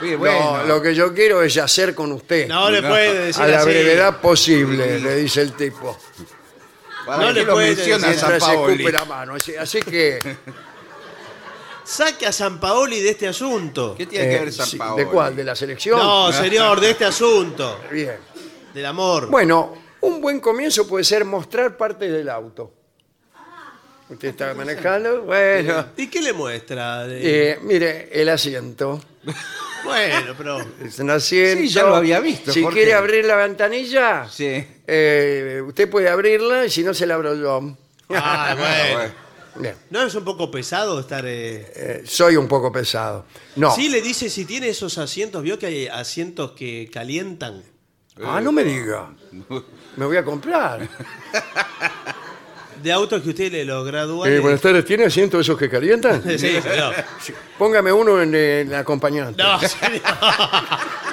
Sí, No, bueno. lo que yo quiero es yacer con usted. No le no. puede decir a la así. brevedad posible, le dice el tipo. ¿Para no qué le lo puede menciona decir San Mientras se Paoli? escupe la mano. Así, así que, Saque a San Paoli de este asunto. ¿Qué tiene que eh, ver San sí, Paoli? ¿de cuál? ¿De la selección? Ah, No, señor, de este asunto. Bien. Del amor. Bueno, un buen comienzo puede ser mostrar parte del auto. Usted Ah, está manejando, bueno. ¿Y qué le muestra? De- eh, mire, el asiento. Bueno, pero. Es un asiento. Sí, ya lo había visto, Si Jorge. quiere abrir la ventanilla, Sí. eh, usted puede abrirla y si no, se la abro yo. Ah, bueno. Bueno, Bien. ¿No es un poco pesado estar.? eh? Eh, soy un poco pesado. No. Sí, le dice si tiene esos asientos. Vio que hay asientos que calientan. Ah, no me diga. Me voy a comprar. De autos que usted le lo gradúa. Eh, buenas tardes, ¿tiene asiento de esos que calientan? Sí, señor. Póngame uno en eh, el acompañante. No, señor.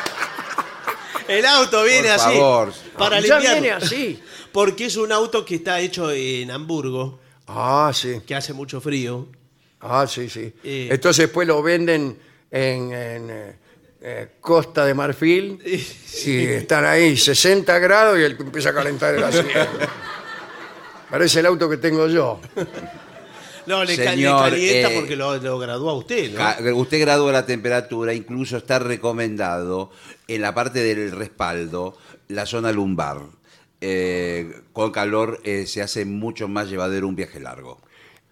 El auto viene Por así. favor. Para ya limpiarlo. viene así. Porque es un auto que está hecho en Hamburgo, Ah, sí. que hace mucho frío. Ah, sí, sí. Eh. Entonces después lo venden en, en, eh, eh, Costa de Marfil Eh, y están ahí 60 grados y el empieza a calentar el asiento. Parece el auto que tengo yo. No, le, ca- le Señor, calienta eh, porque lo, lo gradúa usted, ¿no? Ca- Usted gradúa la temperatura, incluso está recomendado en la parte del respaldo, la zona lumbar. Eh, con calor eh, se hace mucho más llevadero un viaje largo.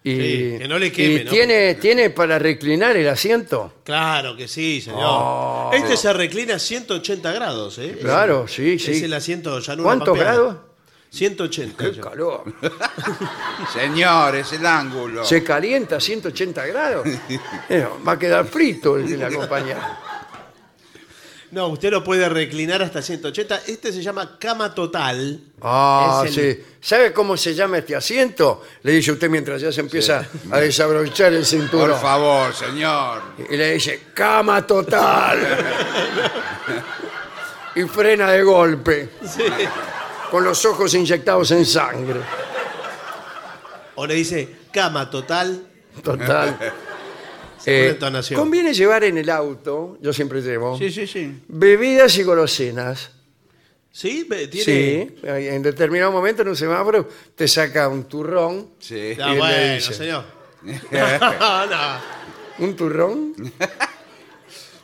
Y, Sí, que no le queme, y ¿no? tiene, tiene para reclinar el asiento. Claro que sí, señor. Oh. este se reclina 180 grados, ¿eh? Claro, sí, Es sí. el asiento llanura ¿Cuántos pampeana. grados? 180. Qué calor. Señor, es el ángulo. Se calienta a 180 grados. Eh, Va a quedar frito el de la compañía. No, usted lo puede reclinar hasta 180. Este se llama cama total. Ah, Es el- sí. ¿Sabe cómo se llama este asiento? Le dice usted mientras ya se empieza a desabrochar el cinturón. Por favor, señor. Y le dice, cama total. y frena de golpe, Sí. con los ojos inyectados en sangre. O le dice cama total. Total. Eh, pone entonación. conviene llevar en el auto, yo siempre llevo, sí, sí. bebidas y golosinas. ¿Sí? Ve- Tiene... Sí, en determinado momento en un semáforo te saca un turrón. Sí. Ah, Y le bueno, dice. señor. No, no. ¿Un turrón?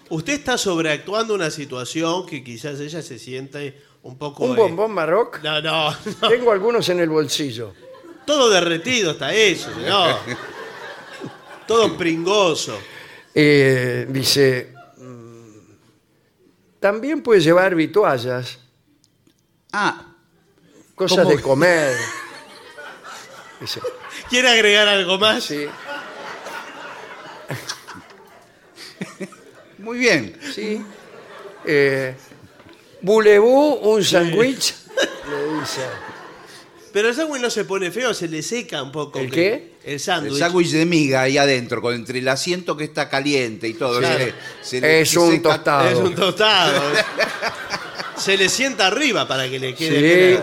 Usted está sobreactuando una situación que quizás ella se siente un poco. ¿Un eh, bombón barroc? No, no, no. Tengo algunos en el bolsillo. Todo derretido está eso, señor. Todo pringoso. Eh, dice, mm, también puedes llevar vituallas, Ah, cosas ¿Cómo? de comer. Dice, ¿Quiere agregar algo más? sí, Muy bien. sí. Eh, ¿Bulebú un sándwich? Le dice. Pero el sándwich no se pone feo, se le seca un poco. ¿El que- El El sándwich. sándwich de miga ahí adentro, con entre el asiento que está caliente y todo. Claro. se le- se le- Es se un seca- tostado. Es un tostado. se le sienta arriba para que le quede. Sí. bien-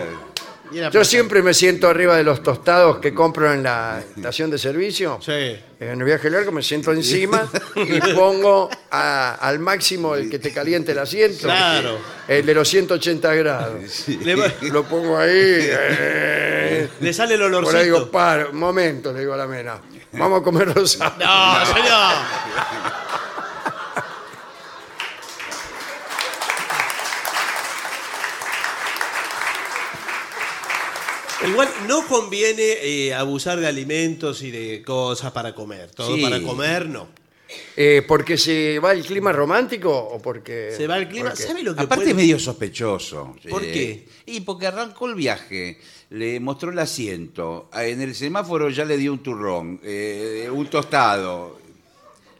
bien Yo apretado. siempre me siento arriba de los tostados que compro en la estación de servicio. Sí. En el viaje largo me siento encima y pongo a- al máximo el que te caliente el asiento. Claro. El de los 180 grados. Le, va- Lo pongo ahí. eh, le sale el por olorcito. ahí digo, para, un momento, le digo a la mena. Vamos a comer los no, señor. Igual no conviene eh, abusar de alimentos y de cosas para comer. Todo Sí. para comer, no. Eh, ¿Porque se va el clima romántico o porque.? Se va el clima. porque- ¿Sabe lo que Aparte puede- es medio sospechoso. ¿eh? ¿Por qué? Y porque arrancó el viaje, le mostró el asiento, ah, en el semáforo ya le dio un turrón, eh, un tostado.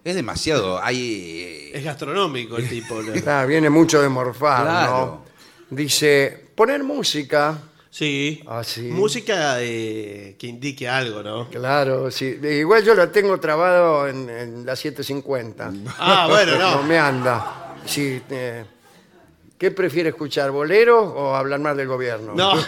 Es demasiado, hay... eh, Es gastronómico el tipo. ¿no? Ah, viene mucho de morfar, Claro. ¿no? Dice, poner música. Sí. Ah, sí. Música eh, que indique algo, ¿no? Claro, sí. Igual yo la tengo trabado en, en la 750. Ah, bueno, No no. me anda. Sí, eh, ¿Qué prefiere escuchar, boleros o hablar mal del gobierno? No.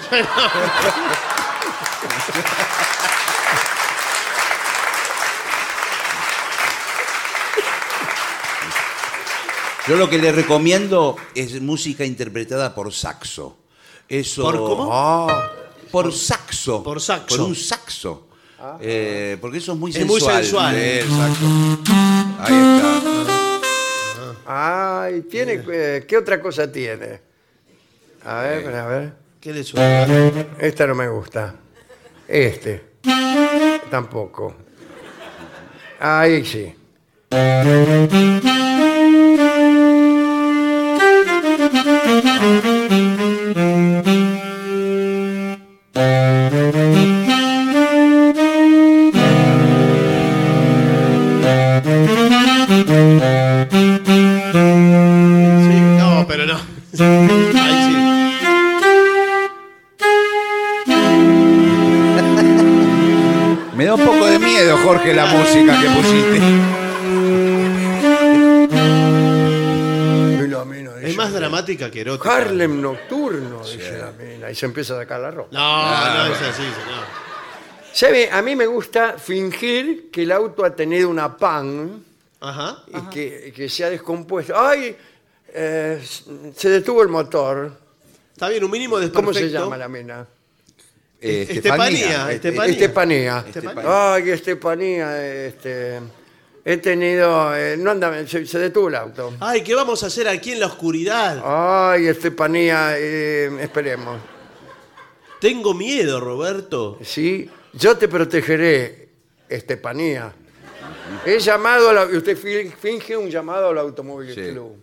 Yo lo que le recomiendo es música interpretada por saxo. Eso, ¿Por cómo? Ah, por saxo. Por saxo. Por un saxo. Eh, porque eso es muy Es muy sensual. sensual. Eh, el saxo. Ahí está. Ay, tiene, eh, ¿qué otra cosa tiene? A ver, a ver. ¿Qué le suena? Esta no me gusta. Este. Tampoco. Ahí sí. Sí, no, pero no. Ahí Me da un poco de miedo, Jorge, la música que pusiste. Y la mina sí. Es dice, más dramática que erótica. Harlem nocturno, dice la mina. Y se empieza a sacar la ropa. No, Ah, no es así, señor. ¿Sabe? A mí me gusta fingir que el auto ha tenido una pan. Ajá. y que, que se ha descompuesto. ¡Ay! Eh, se detuvo el motor. Está bien, un mínimo de ¿Cómo se perfecto. llama la mina? Eh, Estefanía, Eh, Estefanía. Estepanía. Este Estepanía. Ay, Estepanía, este. He tenido. eh, no anda, se, se detuvo el auto. Ay, ¿qué vamos a hacer aquí en la oscuridad? Ay, Estepanía, eh, esperemos. Tengo miedo, Roberto. Sí, yo te protegeré, Estepanía. He llamado a la, usted fil- finge un llamado al Automóvil Sí. Club.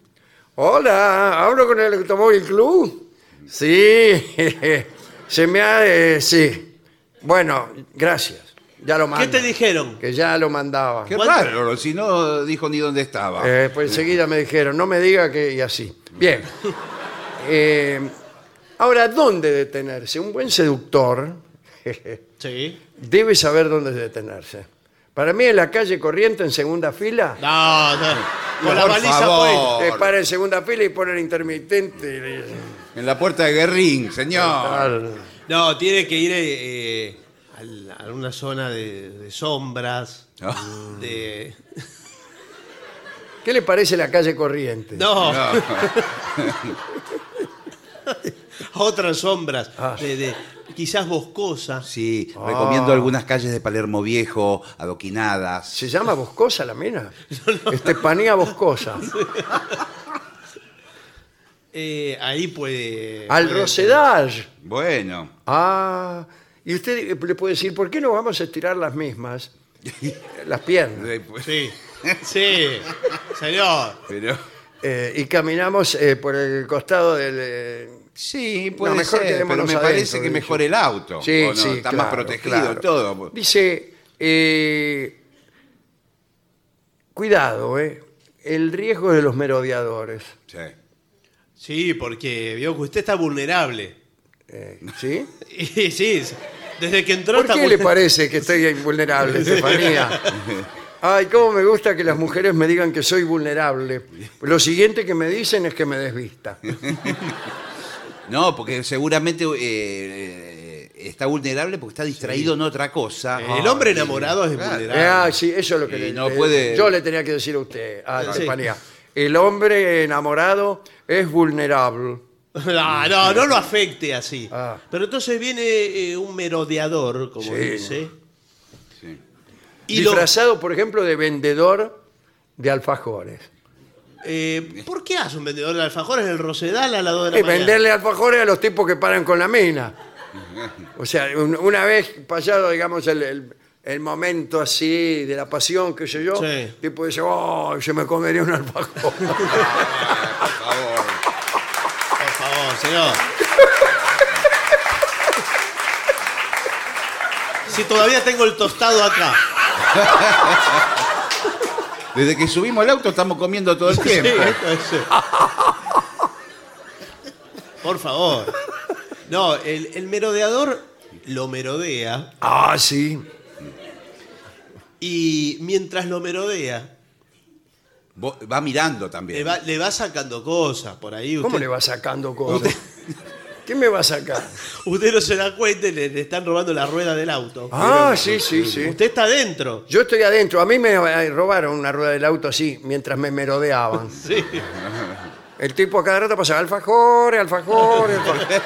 Hola, ¿hablo con el Automóvil Club? Sí, se me ha... eh, sí. Bueno, gracias. Ya lo mando. ¿Qué te dijeron? Que ya lo mandaba. Qué ¿Cuánto? raro, si no dijo ni dónde estaba. Eh, pues enseguida me dijeron, no me diga que... Y así. Bien. Eh, ahora, ¿dónde detenerse? Un buen seductor... Sí. debe saber dónde detenerse. Para mí en la calle corriente en segunda fila, No, no. Con la Por baliza favor. puesta. eh, para en segunda fila y pone el intermitente. y le- En la puerta de Guerrín, señor. Al- No, tiene que ir eh, eh, al- a una zona de, de sombras. Ah. De... ¿Qué le parece la calle corriente? No, a No. otras sombras. Ah. De, de- quizás boscosas. Sí, Ah. recomiendo algunas calles de Palermo Viejo, adoquinadas. ¿Se llama Boscosa la mina? Estepanía Boscosa. Eh, ahí puede. Al puede- Rosedal. Bueno, Ah, y usted eh, le puede decir, ¿por qué no vamos a estirar las mismas? Las piernas. eh, pues, Sí. Sí. Señor. pero Eh, y caminamos eh, por el costado del, eh, Sí, puede mejor ser, pero me quedémonos parece adentro, que dice. mejor el auto. Sí, ¿o no? sí, Está más claro, protegido claro. y todo. Dice, eh, cuidado, eh, el riesgo de los merodeadores. Sí. Sí, porque vio que usted está vulnerable. eh, ¿Sí? Y sí, desde que entró ¿Por está qué le vulnerable. parece que estoy invulnerable, Estefanía? Ay, cómo me gusta que las mujeres me digan que soy vulnerable. Lo siguiente que me dicen es que me desvista. No, porque seguramente eh, eh, está vulnerable porque está distraído en otra cosa. El hombre enamorado es vulnerable. Ah, sí, eso es lo que Y le, no le- puede- yo le tenía que decir a usted, a Sí. Estefanía. El hombre enamorado es vulnerable. No, no, no lo afecte así. Ah. Pero entonces viene eh, un merodeador, como Sí. dice. Sí. Y lo- disfrazado, por ejemplo, de vendedor de alfajores. eh, ¿Por qué hace un vendedor de alfajores en el Rosedal a la 2 de la Y mañana? venderle alfajores a los tipos que paran con la mina. O sea, un- una vez pasado, digamos, el, el- el momento así de la pasión, qué sé yo, Sí. el tipo dice, oh, se me comería un alfajor. Por favor. Por favor, señor. Si todavía tengo el tostado acá. Desde que subimos el auto estamos comiendo todo el Sí, tiempo. esto es- Por favor. No, el, el merodeador lo merodea ah, sí. y mientras lo merodea, Vos- Eh, Va mirando le también. va, le va sacando cosas por ahí. Usted, ¿Cómo le va sacando cosas? ¿Qué me va a sacar? usted no se da cuenta y le, le están robando la rueda del auto. Ah, sí, sí, sí. Usted está adentro. Yo estoy adentro. A mí me eh, robaron una rueda del auto así mientras me merodeaban. Sí. El tipo a cada rato pasaba alfajores, alfajores, alfajores.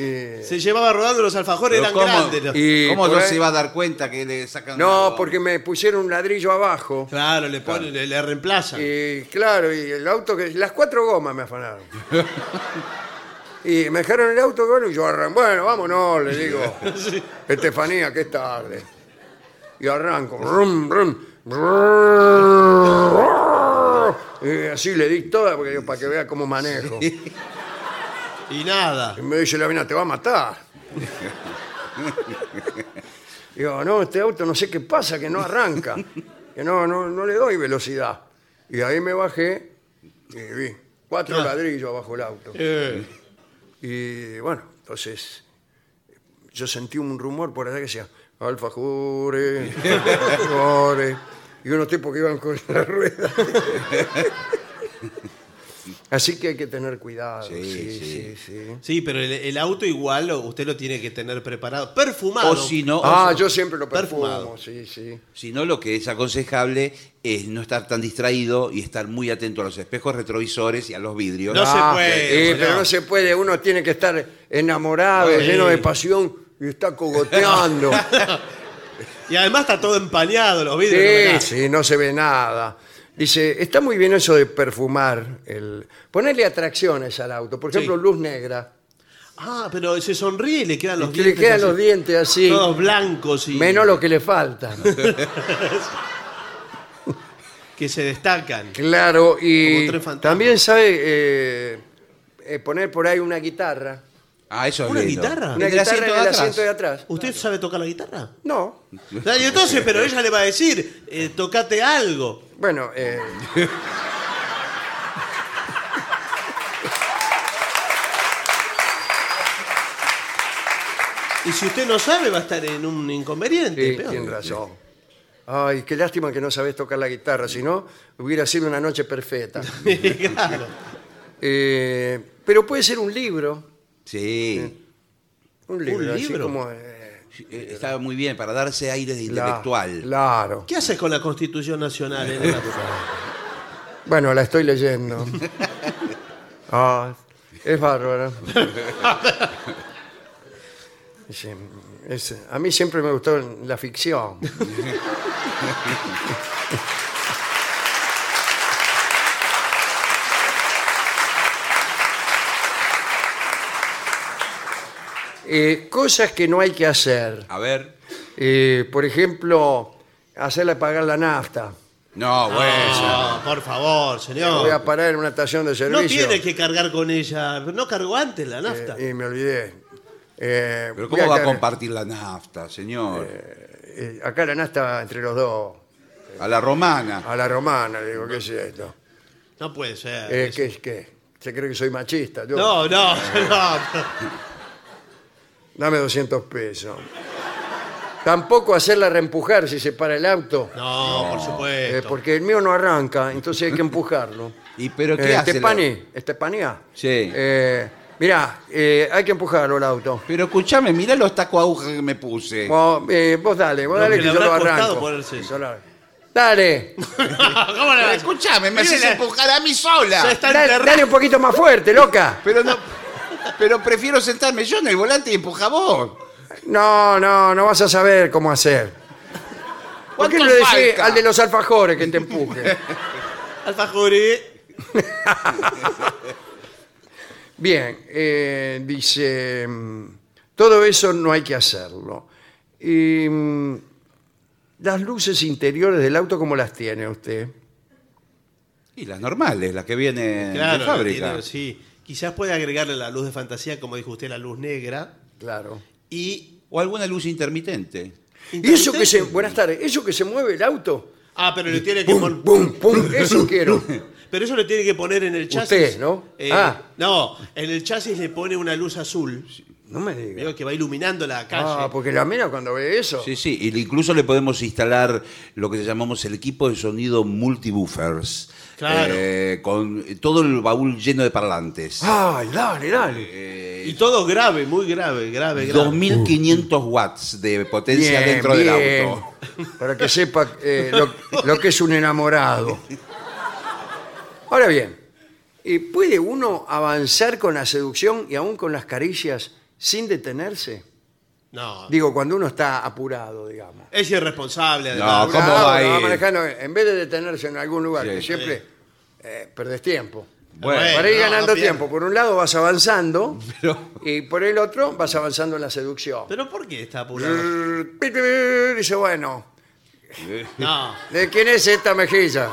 Eh, Se llevaba rodando los alfajores, Pero eran ¿cómo- grandes. los- Y ¿Cómo por no ahí- se va a dar cuenta que le sacan? no, porque me pusieron un ladrillo abajo. Claro, le, ponen, le, le reemplazan. Y claro, y el auto que. Las cuatro gomas me afanaron. Y me dejaron el auto, bueno, y yo arranco. Bueno, vámonos, le digo. Estefanía, que es tarde. Y arranco. Rum, rum, brrr. Y así le di toda porque digo, para que vea cómo manejo. Y nada. Y me dice la mina, te va a matar. Digo, no, este auto no sé qué pasa, que no arranca. Que no, no, no le doy velocidad. Y ahí me bajé y vi cuatro ladrillos abajo el auto. Eh, Y bueno, entonces yo sentí un rumor por allá que decía, alfajores, alfajores. Y unos tipos que iban con la rueda. Así que hay que tener cuidado. Sí, sí, sí. sí. sí. sí, pero el, el auto igual lo- usted lo tiene que tener preparado. Perfumado. O si no, o Ah, si- yo siempre lo perfumo, Perfumado. sí, sí. si no, lo que es aconsejable es no estar tan distraído y estar muy atento a los espejos retrovisores y a los vidrios. No se Ah, puede, eh, pero señor. no se puede, uno tiene que estar enamorado, Sí. lleno de pasión y está cogoteando. Y además está todo empañado, los vidrios. no me sí, da. sí, no se ve nada. Dice, está muy bien eso de perfumar, el ponerle atracciones al auto, por ejemplo, Sí. luz negra, Ah, pero se sonríe y le quedan los que le dientes. quedan así, los dientes así, Todos blancos y menos lo que le falta. que se destacan. claro, Como y tres fantasmas. también sabe eh, eh, poner por ahí una guitarra, Ah, eso es ¿Una lindo. guitarra? una Desde el guitarra asiento en de el atrás. asiento de atrás. ¿Usted sabe tocar la guitarra? No, Y entonces, pero ella le va a decir, eh, tocate algo. Bueno, eh, Y si usted no sabe, va a estar en un inconveniente. sí, peor. tiene razón. Ay, qué lástima que no sabés tocar la guitarra, si no, hubiera sido una noche perfecta. Claro. Eh, pero puede ser un libro, Sí. un libro, así libro? como... eh, Eh, Estaba muy bien para darse aire de la- intelectual. Claro. ¿Qué haces con la Constitución Nacional? eh? Bueno, la estoy leyendo. Ah, es bárbara. Sí, es- a mí siempre me gustó la ficción. Eh, cosas que no hay que hacer. A ver. Eh, por ejemplo, hacerle pagar la nafta. No, Ah. bueno. No, por favor, Voy a señor. parar en una estación de No servicio. tiene que cargar con ella. No cargó antes la nafta. Eh, y me olvidé. Eh, Pero voy ¿cómo va a cargar- compartir la nafta, señor? eh, acá la nasta entre los dos. a la romana. A la romana, le digo, ¿qué es esto? No puede ser. Eh, ¿Qué es qué? ¿Se cree que soy machista? Yo, Ah, No, no, no. no. Dame 200 pesos. Tampoco hacerla reempujar si se para el auto, No, por eh, supuesto. porque el mío no arranca, entonces hay que empujarlo. ¿Y pero qué Eh, hace la- Estepani, Estepanía. Sí. Eh, mirá, eh, hay que empujarlo el auto. Pero escúchame, mirá los tacos aguja que me puse. Vos, eh, vos dale, vos Lo dale que que le yo lo habrá costado arranco. ponerse eso. Yo lo- Dale, ¿Cómo la Pero ves? escúchame, me Mire haces la- empujar a mí sola. Ya está dale, enterrado. dale un poquito más fuerte, loca. Pero no. Pero prefiero sentarme yo en el volante y empuja vos. No, no, no vas a saber cómo hacer. ¿Por qué ¿Cuánto no le decís falta? al de los alfajores que te empuje? Alfajores. Bien, eh, dice, mm, todo eso no hay que hacerlo. Y, mm, las luces interiores del auto, ¿cómo las tiene usted? Y las normales, las que vienen Claro, de la fábrica. tiene, sí. Quizás puede agregarle la luz de fantasía, como dijo usted, la luz negra. Claro. Y. O alguna luz intermitente. Y eso que se, intermitente. buenas tardes, eso que se mueve el auto, Ah, pero le tiene que pon- pum, pum, eso quiero. Pero eso lo tiene que poner en el chasis. Usted, ¿no? Eh, Ah. No, en el chasis le pone una luz azul. No me diga. Digo, que va iluminando la calle. Ah, porque la mina cuando ve eso, Sí, sí, y le- incluso le podemos instalar lo que llamamos el equipo de sonido multibuffers. Claro. Eh, con todo el baúl lleno de parlantes. Ah, ay, dale, dale. y todo grave, muy grave, grave, grave. 2500 watts de potencia Bien, dentro del bien. auto. Para que sepa eh, lo, lo que es un enamorado. Ahora bien, eh, ¿puede uno avanzar con la seducción y aún con las caricias sin detenerse? No. Digo, cuando uno está apurado, digamos. Es irresponsable, No, además. ¿cómo Apurado, va a ir? manejando, en vez de detenerse en algún lugar, Sí. Eh, que siempre eh, perdés tiempo. Bueno, Para ir no, ganando no pierde. tiempo, por un lado vas avanzando Pero- y por el otro vas avanzando en la seducción. ¿Pero por qué está apurado? Brrr, Dice, bueno, No. ¿De quién es esta mejilla?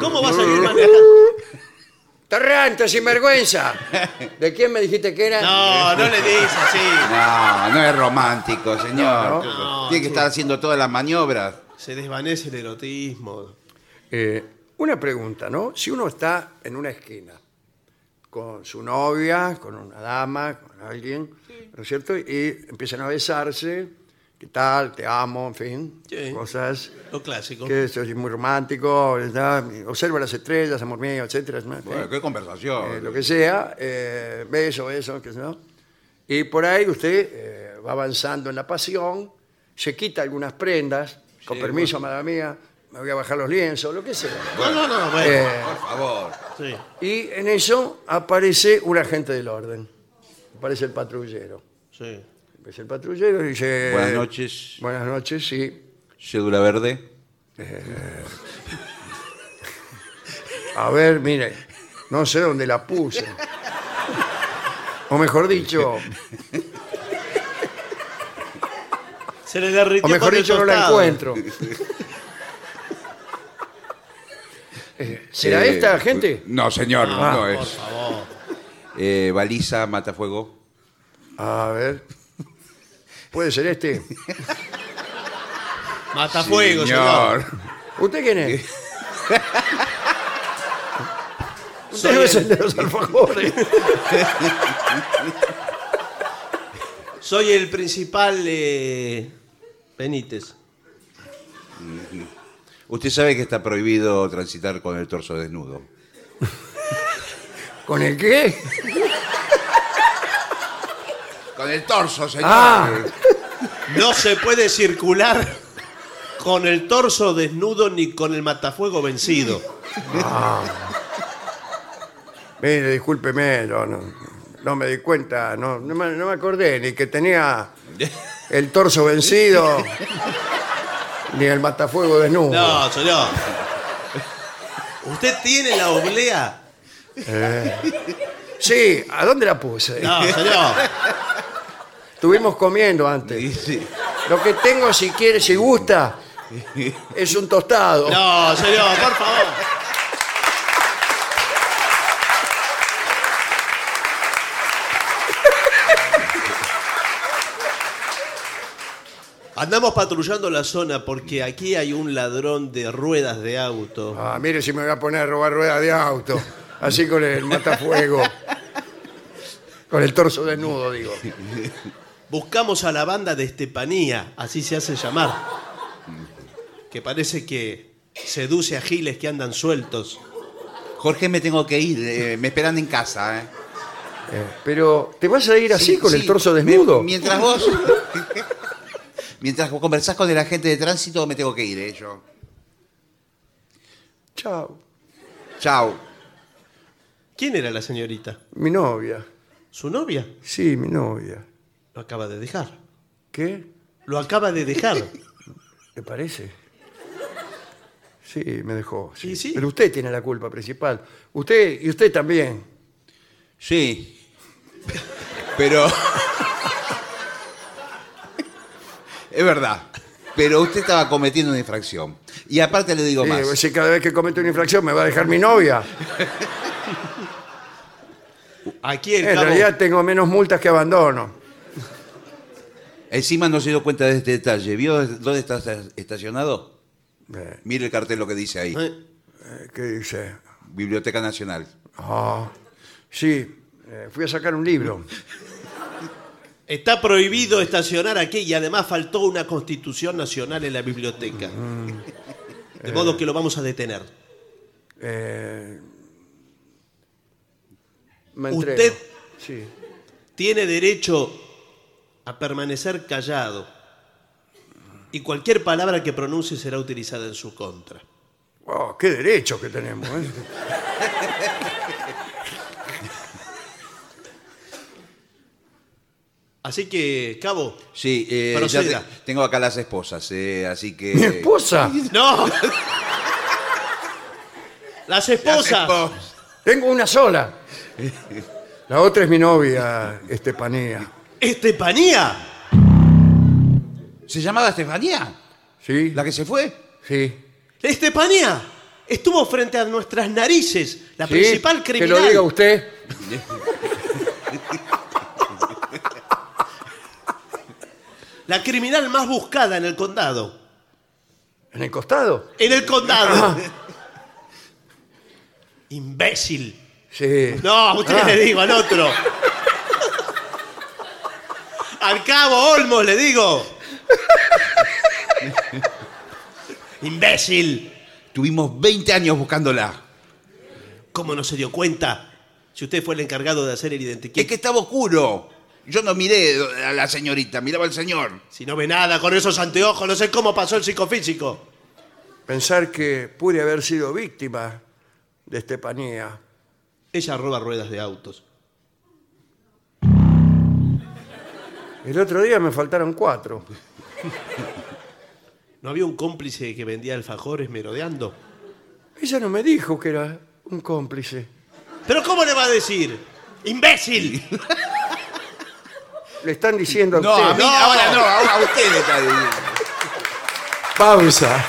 ¿Cómo va a salir manejando? Torrante, sinvergüenza. ¿De quién me dijiste que era? No, no le dice así. No, no es romántico, señor. No, Tiene que estar haciendo todas las maniobras. Se desvanece el erotismo. Eh, una pregunta, ¿no? Si uno está en una esquina con su novia, con una dama, con alguien, ¿no es cierto? Y empiezan a besarse, ¿qué tal? Te amo, en fin, Sí. cosas Lo clásico. que soy muy romántico, ¿verdad? observa las estrellas, amor mío, etcétera. ¿no? Bueno, qué conversación. eh, lo que sea, eh, beso, beso, qué sé yo. Y por ahí usted eh, va avanzando en la pasión, se quita algunas prendas, con permiso, madre mía, me voy a bajar los lienzos, lo que sea. No, no, no, bueno. Eh, Por favor. sí. y en eso aparece un agente del orden, aparece el patrullero. Sí. Aparece el patrullero y dice... Buenas noches, Buenas noches, sí. cédula verde. A ver, mire, no sé dónde la puse. O mejor dicho, Se le derritió O mejor por el dicho, no la costado. encuentro. Eh, ¿Será Eh, esta, gente? No, señor, Ah, no por Por es. favor. Eh, baliza, matafuego. A ver. ¿Puede ser este? Matafuego, señor. ¿Usted quién es? Usted Soy debe el- ser de los alfajores. Soy el principal eh, Benítez. Usted sabe que está prohibido transitar con el torso desnudo. ¿Con el qué? Con el torso, señor. Ah. No se puede circular con el torso desnudo ni con el matafuego vencido. Mire, discúlpeme, no, no, no me di cuenta, no, no, me, no me acordé ni que tenía el torso vencido, ni el matafuego desnudo. No, señor. ¿Usted tiene la oblea? Sí, ¿a dónde la puse? No, señor. Estuvimos comiendo antes. Sí, sí. Lo que tengo, si quiere, si gusta, es un tostado. No, señor, por favor. Andamos patrullando la zona porque aquí hay un ladrón de ruedas de auto. Ah, mire si me voy a poner a robar ruedas de auto. Así con el matafuego. con el torso desnudo, digo. Buscamos a la banda de Estepanía, así se hace llamar. Que parece que seduce a giles que andan sueltos. Jorge, me tengo que ir. eh, me esperan en casa. ¿eh? Eh, Pero, ¿te vas a ir así Sí, con el sí. torso Me- desnudo? mientras vos. mientras vos conversás con el agente de tránsito, me tengo que ir, ¿eh? Yo. Chao. Chao. ¿Quién era la señorita? Mi novia. ¿Su novia? Sí, mi novia. Lo acaba de dejar. ¿Qué? Lo acaba de dejar. ¿Te parece? Sí, me dejó. sí. Y sí. Pero usted tiene la culpa principal. Usted y usted también. Sí. Pero. es verdad. Pero usted estaba cometiendo una infracción. Y aparte le digo Eh, pues Sí, más. si cada vez que cometo una infracción me va a dejar mi novia. Aquí el En cabo- realidad tengo menos multas que abandono. Encima no se dio cuenta de este detalle. ¿Vio dónde está estacionado? Eh, Mire el cartel lo que dice ahí. Eh, eh, ¿Qué dice? Biblioteca Nacional. Ah, sí, eh, fui a sacar un libro. Está prohibido estacionar aquí y además faltó una constitución nacional en la biblioteca. Mm. De modo que lo vamos a detener. Eh, me Usted- entrego. Sí. Tiene derecho a permanecer callado y cualquier palabra que pronuncie será utilizada en su contra. Wow, Oh, qué derechos que tenemos. ¿eh? Así que, cabo. Sí, eh, ya Proceda. te- tengo acá las esposas, eh, así que. Mi esposa. ¡No! Las Las esposas. espos- Tengo una sola. La otra es mi novia, este, Estepanía. Estepanía. ¿Se llamaba Estefanía? ¿Sí? ¿La que se fue? Sí. Estepanía. Estuvo frente a nuestras narices. La Sí, principal criminal. Que lo diga usted. La criminal más buscada en el condado. ¿En el costado? En el condado. Imbécil. Sí. Ah. No, a Ah. usted le digo, al otro. Al cabo Olmos le digo. Imbécil. Tuvimos 20 años buscándola. ¿Cómo no se dio cuenta? Si usted fue el encargado de hacer el identikit. Es que estaba oscuro. Yo no miré a la señorita, miraba al señor. Si no ve nada con esos anteojos, no sé cómo pasó el psicofísico. Pensar que pude haber sido víctima de Estepanía. Ella roba ruedas de autos. El otro día me faltaron cuatro. ¿No había un cómplice que vendía alfajores merodeando? Ella no me dijo que era un cómplice. ¿Pero cómo le va a decir? ¡Imbécil! Le están diciendo a No, a usted. mí, ahora no, ahora a usted le está diciendo. Pausa.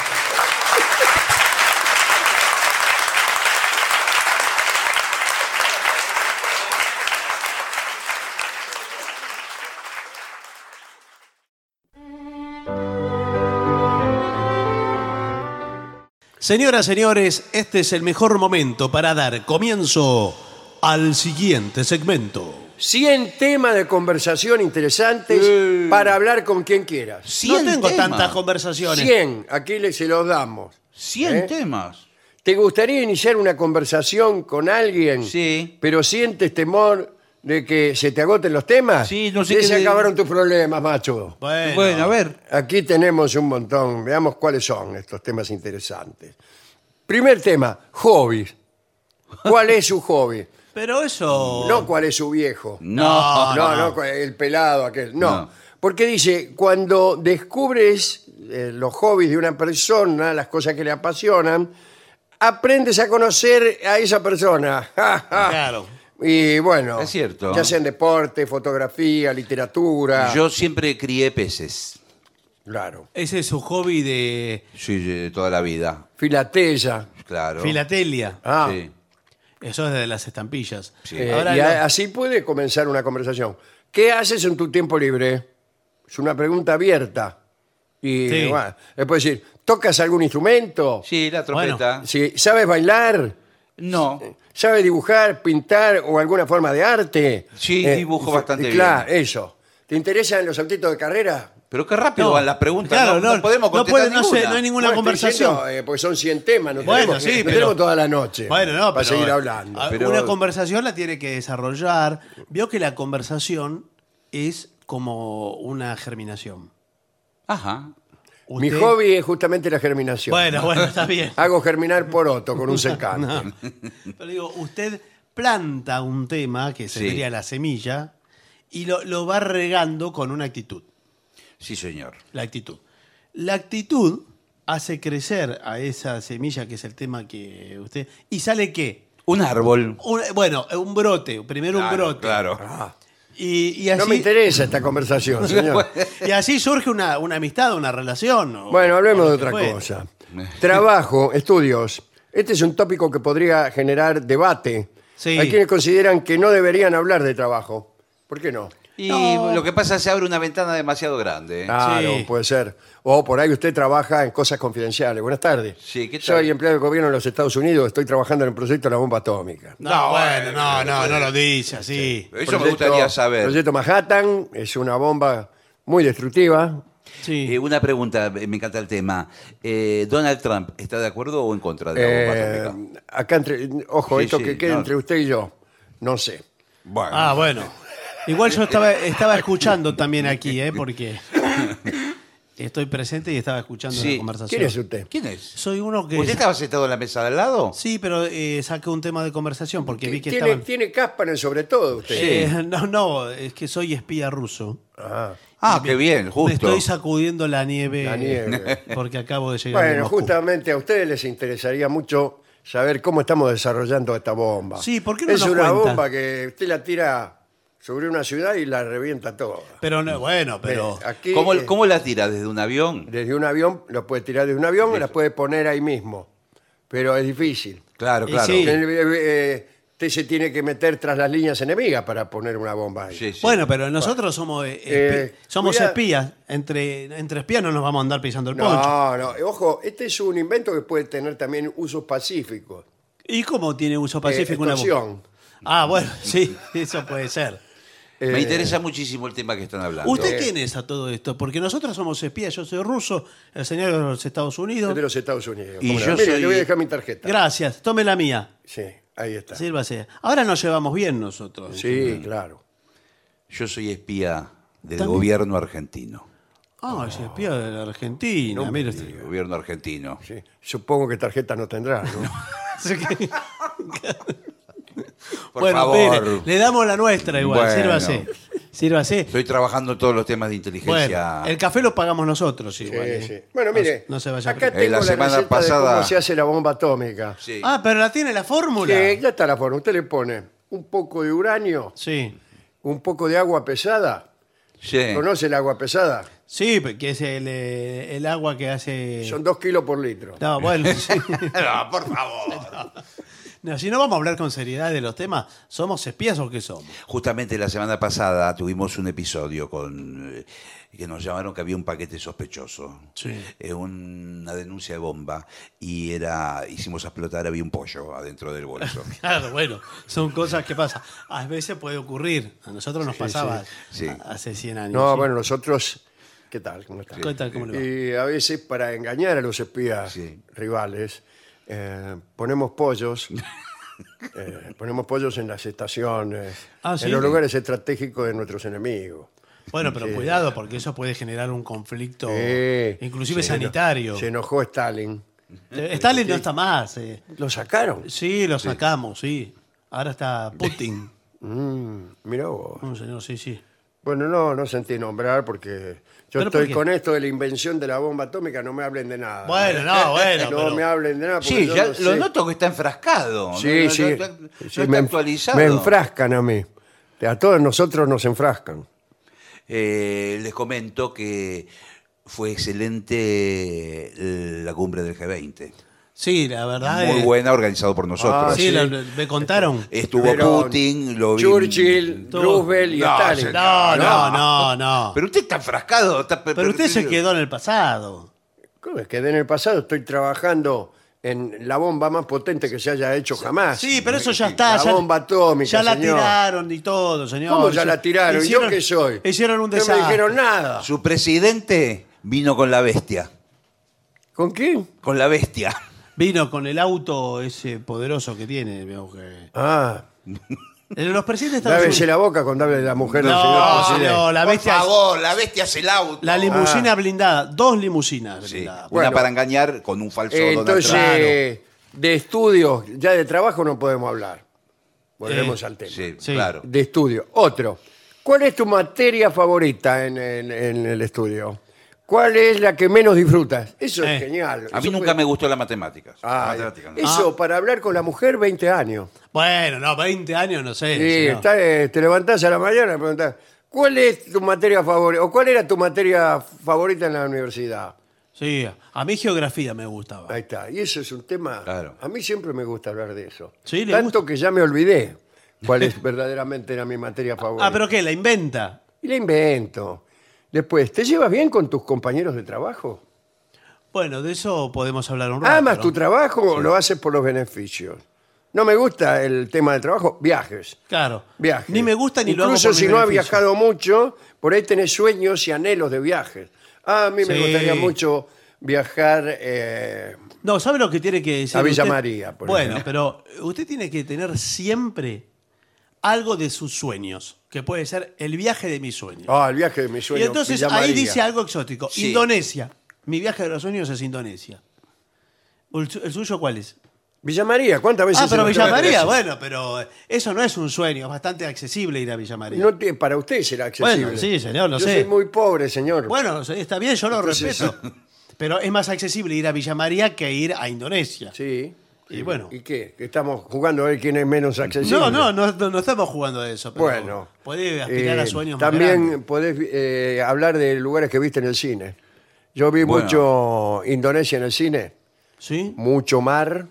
Señoras, señores, este es el mejor momento para dar comienzo al siguiente segmento. 100 temas de conversación interesantes Eh. para hablar con quien quieras. Cien no tengo temas. tantas conversaciones. 100, aquí le- se los damos. 100 ¿Eh? temas. ¿Te gustaría iniciar una conversación con alguien? Sí. Pero sientes temor de que se te agoten los temas. Sí, no sé Ya qué se le- acabaron tus problemas, macho. Bueno, Bueno, a ver. Aquí tenemos un montón. Veamos cuáles son estos temas interesantes. Primer tema, hobbies. ¿Cuál es su hobby? pero eso... No cuál es su viejo. No. No, no, cu- el pelado aquel. No. No. Porque dice, cuando descubres eh, los hobbies de una persona, las cosas que le apasionan, aprendes a conocer a esa persona. Ja, ja. Claro. Y bueno, Es cierto. ya sean deporte, fotografía, literatura. Yo siempre crié peces. Claro. Ese es su hobby de Sí, sí, de toda la vida, Filatella. claro. filatelia. Ah, Sí. Eso es de las estampillas. eh, Ahora y lo- a- así puede comenzar una conversación. ¿Qué haces en tu tiempo libre? Es una pregunta abierta. Y Sí. bueno, le puedes decir, ¿tocas algún instrumento? Sí, la trompeta. Sí, ¿Sabes bailar? No. ¿Sabe dibujar, pintar o alguna forma de arte? Sí, dibujo y- bastante y Claro, eso. ¿Te interesan los autitos de carrera? Pero qué rápido No. van las preguntas. Claro, no, no podemos no contestar puede- no, sé, ninguna. no hay ninguna Bueno, estoy conversación. diciendo, eh, porque son 100 temas, no Bueno, tenemos, sí, no pero- tenemos toda la noche Bueno, no, para pero- seguir hablando. a- Pero- Una conversación la tiene que desarrollar. Veo que la conversación es como una germinación. Ajá. Mi Usted- hobby es justamente la germinación. Bueno, bueno, está bien. Hago germinar poroto con un secante. Pero digo, usted planta un tema, que Sí. sería la semilla, y lo, lo va regando con una actitud. Sí, señor. La actitud. La actitud hace crecer a esa semilla, que es el tema que usted... ¿Y sale qué? Un árbol. Un- bueno, un brote, primero Claro, un brote. Claro. Y, y así, No me interesa esta conversación, señor. y así surge una, una amistad, una relación. o- Bueno, o hablemos de lo que otra fuere. cosa. Trabajo, estudios. Este es un tópico que podría generar debate. Sí. Hay quienes consideran que no deberían hablar de trabajo. ¿Por qué no? Ah. Y lo que pasa es que se abre una ventana demasiado grande. ¿eh? Claro, Sí. puede ser. O por ahí usted trabaja en cosas confidenciales. Buenas tardes. Sí, ¿qué tal? Soy empleado del gobierno de los Estados Unidos. Estoy trabajando en el proyecto de la bomba atómica. No, bueno, no, no, no lo dice así. Pero eso me gustaría saber. Proyecto Manhattan es una bomba muy destructiva. Sí. Eh, una pregunta, eh, me encanta el tema. Eh, ¿Donald Trump está de acuerdo o en contra de la Eh, bomba atómica? acá entre, ojo, Sí, esto sí, que queda no. entre usted y yo, no sé. Bueno. Ah, bueno. Igual yo estaba, estaba escuchando también aquí, ¿eh? Porque estoy presente y estaba escuchando Sí. la conversación. ¿Quién es usted? ¿Quién es? Soy uno que... ¿Usted estaba sentado en la mesa de al lado? Sí, pero eh, saqué un tema de conversación porque vi que Tiene, estaban... tiene caspa en el sobre todo usted. Eh, no, no, es que soy espía ruso. Ah, Ah, qué bien, Me justo. estoy sacudiendo la nieve. la nieve. Porque acabo de llegar. de bueno, Moscú. justamente a ustedes les interesaría mucho saber cómo estamos desarrollando esta bomba. Sí, ¿por qué no Es nos una cuenta? bomba que usted la tira sobre una ciudad y la revienta toda. Pero no, bueno, pero... Eh, aquí, ¿Cómo, eh, cómo la tira? ¿Desde un avión? desde un avión, lo puede tirar desde un avión y la puede poner ahí mismo. Pero es difícil. Claro, Y claro. sí. Usted, eh, eh, usted se tiene que meter tras las líneas enemigas para poner una bomba ahí. Sí, sí. Bueno, pero nosotros somos, eh, Eh, espi- somos cuida- espías. Entre, entre espías no nos vamos a andar pisando el poncho. No, no, ojo, este es un invento que puede tener también usos pacíficos. ¿Y cómo tiene uso Eh, pacífico una bomba? extorsión. Ah, bueno, sí, eso puede ser. Me interesa muchísimo el tema que están hablando. ¿Usted quién es a todo esto? Porque nosotros somos espías, yo soy ruso, el señor es de los Estados Es Unidos. de los Estados Unidos. Y ¿Cómo no? yo Mire, soy- le voy a dejar mi tarjeta. Gracias, tome la mía, sí, ahí está. Sí, sírvase. Ahora nos llevamos bien nosotros. claro. Yo soy espía del También. gobierno argentino. Ah, es espía de la Argentina, mire usted. El gobierno argentino. sí. Supongo que tarjeta no tendrá. ¿no? Así que- Por bueno, favor. mire, le damos la nuestra igual, Bueno. sírvase. Sírvase. Estoy trabajando en todos los temas de inteligencia. Bueno, el café lo pagamos nosotros igual. Sí, ¿eh? sí. Bueno, mire, No, no se vaya a acá preocupar. Eh, tengo la la, semana receta de pasada- cómo se hace la bomba atómica. Sí. Ah, pero la tiene la fórmula. Que ya está la forma. Usted le pone un poco de uranio, Sí. un poco de agua pesada. Sí. ¿Conoce el agua pesada? Sí, que es el, eh, el agua que hace. Son dos kilos por litro. No, bueno, sí. No, por favor. No, si no vamos a hablar con seriedad de los temas, ¿somos espías o qué somos? Justamente la semana pasada tuvimos un episodio con eh, que nos llamaron que había un paquete sospechoso. Sí. Eh, una denuncia de bomba y era hicimos explotar había un pollo adentro del bolso. Ah, Claro, bueno, son cosas que pasan. A veces puede ocurrir. A nosotros nos pasaba sí. a- hace 100 años. No, ¿sí? bueno, nosotros. ¿Qué tal? ¿Cómo están? Cuenta cómo le va. Y a veces para engañar a los espías Sí. rivales, eh, ponemos pollos, eh, ponemos pollos en las estaciones, Ah, ¿sí? en los lugares estratégicos de nuestros enemigos. Bueno, pero cuidado, porque eso puede generar un conflicto, Eh, Oh, inclusive se eno- sanitario. se enojó Stalin. Stalin no está más. eh. Lo sacaron. Sí, lo sacamos, sí. Ahora está Putin. Mm, Mirá vos. Un señor, sí, sí. Bueno, no, no sentí nombrar porque yo ¿Pero estoy por qué? con esto de la invención de la bomba atómica, no me hablen de nada. ¿eh? Bueno, no, bueno. Ah. no pero- me hablen de nada. Porque Sí, yo ya no lo sé. noto que está enfrascado. Sí, no- no- sí. no está- no Sí, está me, enf- actualizado. me enfrascan a mí. A todos nosotros nos enfrascan. Eh, les comento que fue excelente eh, la cumbre del G20. Sí, la verdad. Muy eh, buena, organizado por nosotros. Ah, Sí, sí. la- me contaron. Estuvo Pero Putin, lo vi- Churchill, Todo. Roosevelt y Stalin. No, no, no, no. Pero usted está enfrascado. está per- Pero usted se perdido. quedó en el pasado. ¿Cómo es que en el pasado estoy trabajando en la bomba más potente que se haya hecho jamás? Sí, pero eso ya está. La ya, bomba atómica, Ya la señor. tiraron y todo, señor. ¿Cómo ya Hici- la tiraron? ¿Y ¿Yo hicieron- qué soy? Hicieron un No me desastre. dijeron nada. Su presidente vino con la bestia. ¿Con quién? Con la bestia. Vino con el auto ese poderoso que tiene. veo que- Ah, Los presidentes de Estados lávese Unidos. la boca con darle la mujer al señor No, presidente. Ah, no, la Por bestia. favor, la bestia es el auto. Ah, La limusina blindada. Dos limusinas Sí, blindadas. Ah. Bueno. una para engañar con un falso Eh, Donald Entonces, Trump. de estudios, ya de trabajo no podemos hablar. Volvemos Eh, al tema. Sí, Sí. claro. De estudio. Otro. ¿Cuál es tu materia favorita en, en- en el estudio? ¿Cuál es la que menos disfrutas? Eso es Eh, genial. A mí Eso nunca puede- me gustó la matemática. Ah, La matemática no. Eso, para hablar con la mujer, 20 años. Bueno, no, 20 años, no sé. Sí, señor. está, eh, te levantás a la mañana y preguntás, ¿cuál es tu materia favorita? ¿O cuál era tu materia favorita en la universidad? Sí, a mí geografía me gustaba. Ah, Ahí está. Y eso es un tema... Claro. A mí siempre me gusta hablar de eso. Sí, le Tanto que ya me olvidé cuál es verdaderamente era mi materia favorita. Ah, pero ¿qué? ¿La inventa? Y la invento. Después, ¿te llevas bien con tus compañeros de trabajo? Bueno, de eso podemos hablar un rato. ¿Amas ¿no? tu trabajo o lo haces por los beneficios? No me gusta el tema de trabajo. Viajes. Claro. Viajes. Ni me gusta ni Incluso lo hago por si mis no has beneficios. viajado mucho, por ahí tenés sueños y anhelos de viajes. Ah, a mí me Sí. gustaría mucho viajar. eh, No, ¿sabe lo que tiene que decir? A Villa usted? María, por bueno, ejemplo. pero usted tiene que tener siempre algo de sus sueños, que puede ser el viaje de mis sueños. ah, el viaje de mis y sueños. entonces Villa ahí María. dice algo exótico. Sí. Indonesia. Mi viaje de los sueños es Indonesia. ¿El, su- el suyo cuál es? Villa María, ¿cuántas veces? Ah, pero se lo Villa tengo que María, decir? bueno, pero eso no es un sueño, es bastante accesible ir a Villa María. No te- para usted será accesible. Bueno, sí, señor, lo Yo sé. soy muy pobre, señor. Bueno, sí, está bien, yo lo respeto. Pero es más accesible ir a Villa María que ir a Indonesia. Sí. Y bueno. ¿Y qué? Que Estamos jugando a ver quién es menos accesible. No, no, no, no, no estamos jugando a eso. Pero Bueno. Puede aspirar eh, a sueños más También grandes. podés eh, hablar de lugares que viste en el cine. Yo vi Bueno. mucho Indonesia en el cine, ¿Sí? mucho mar,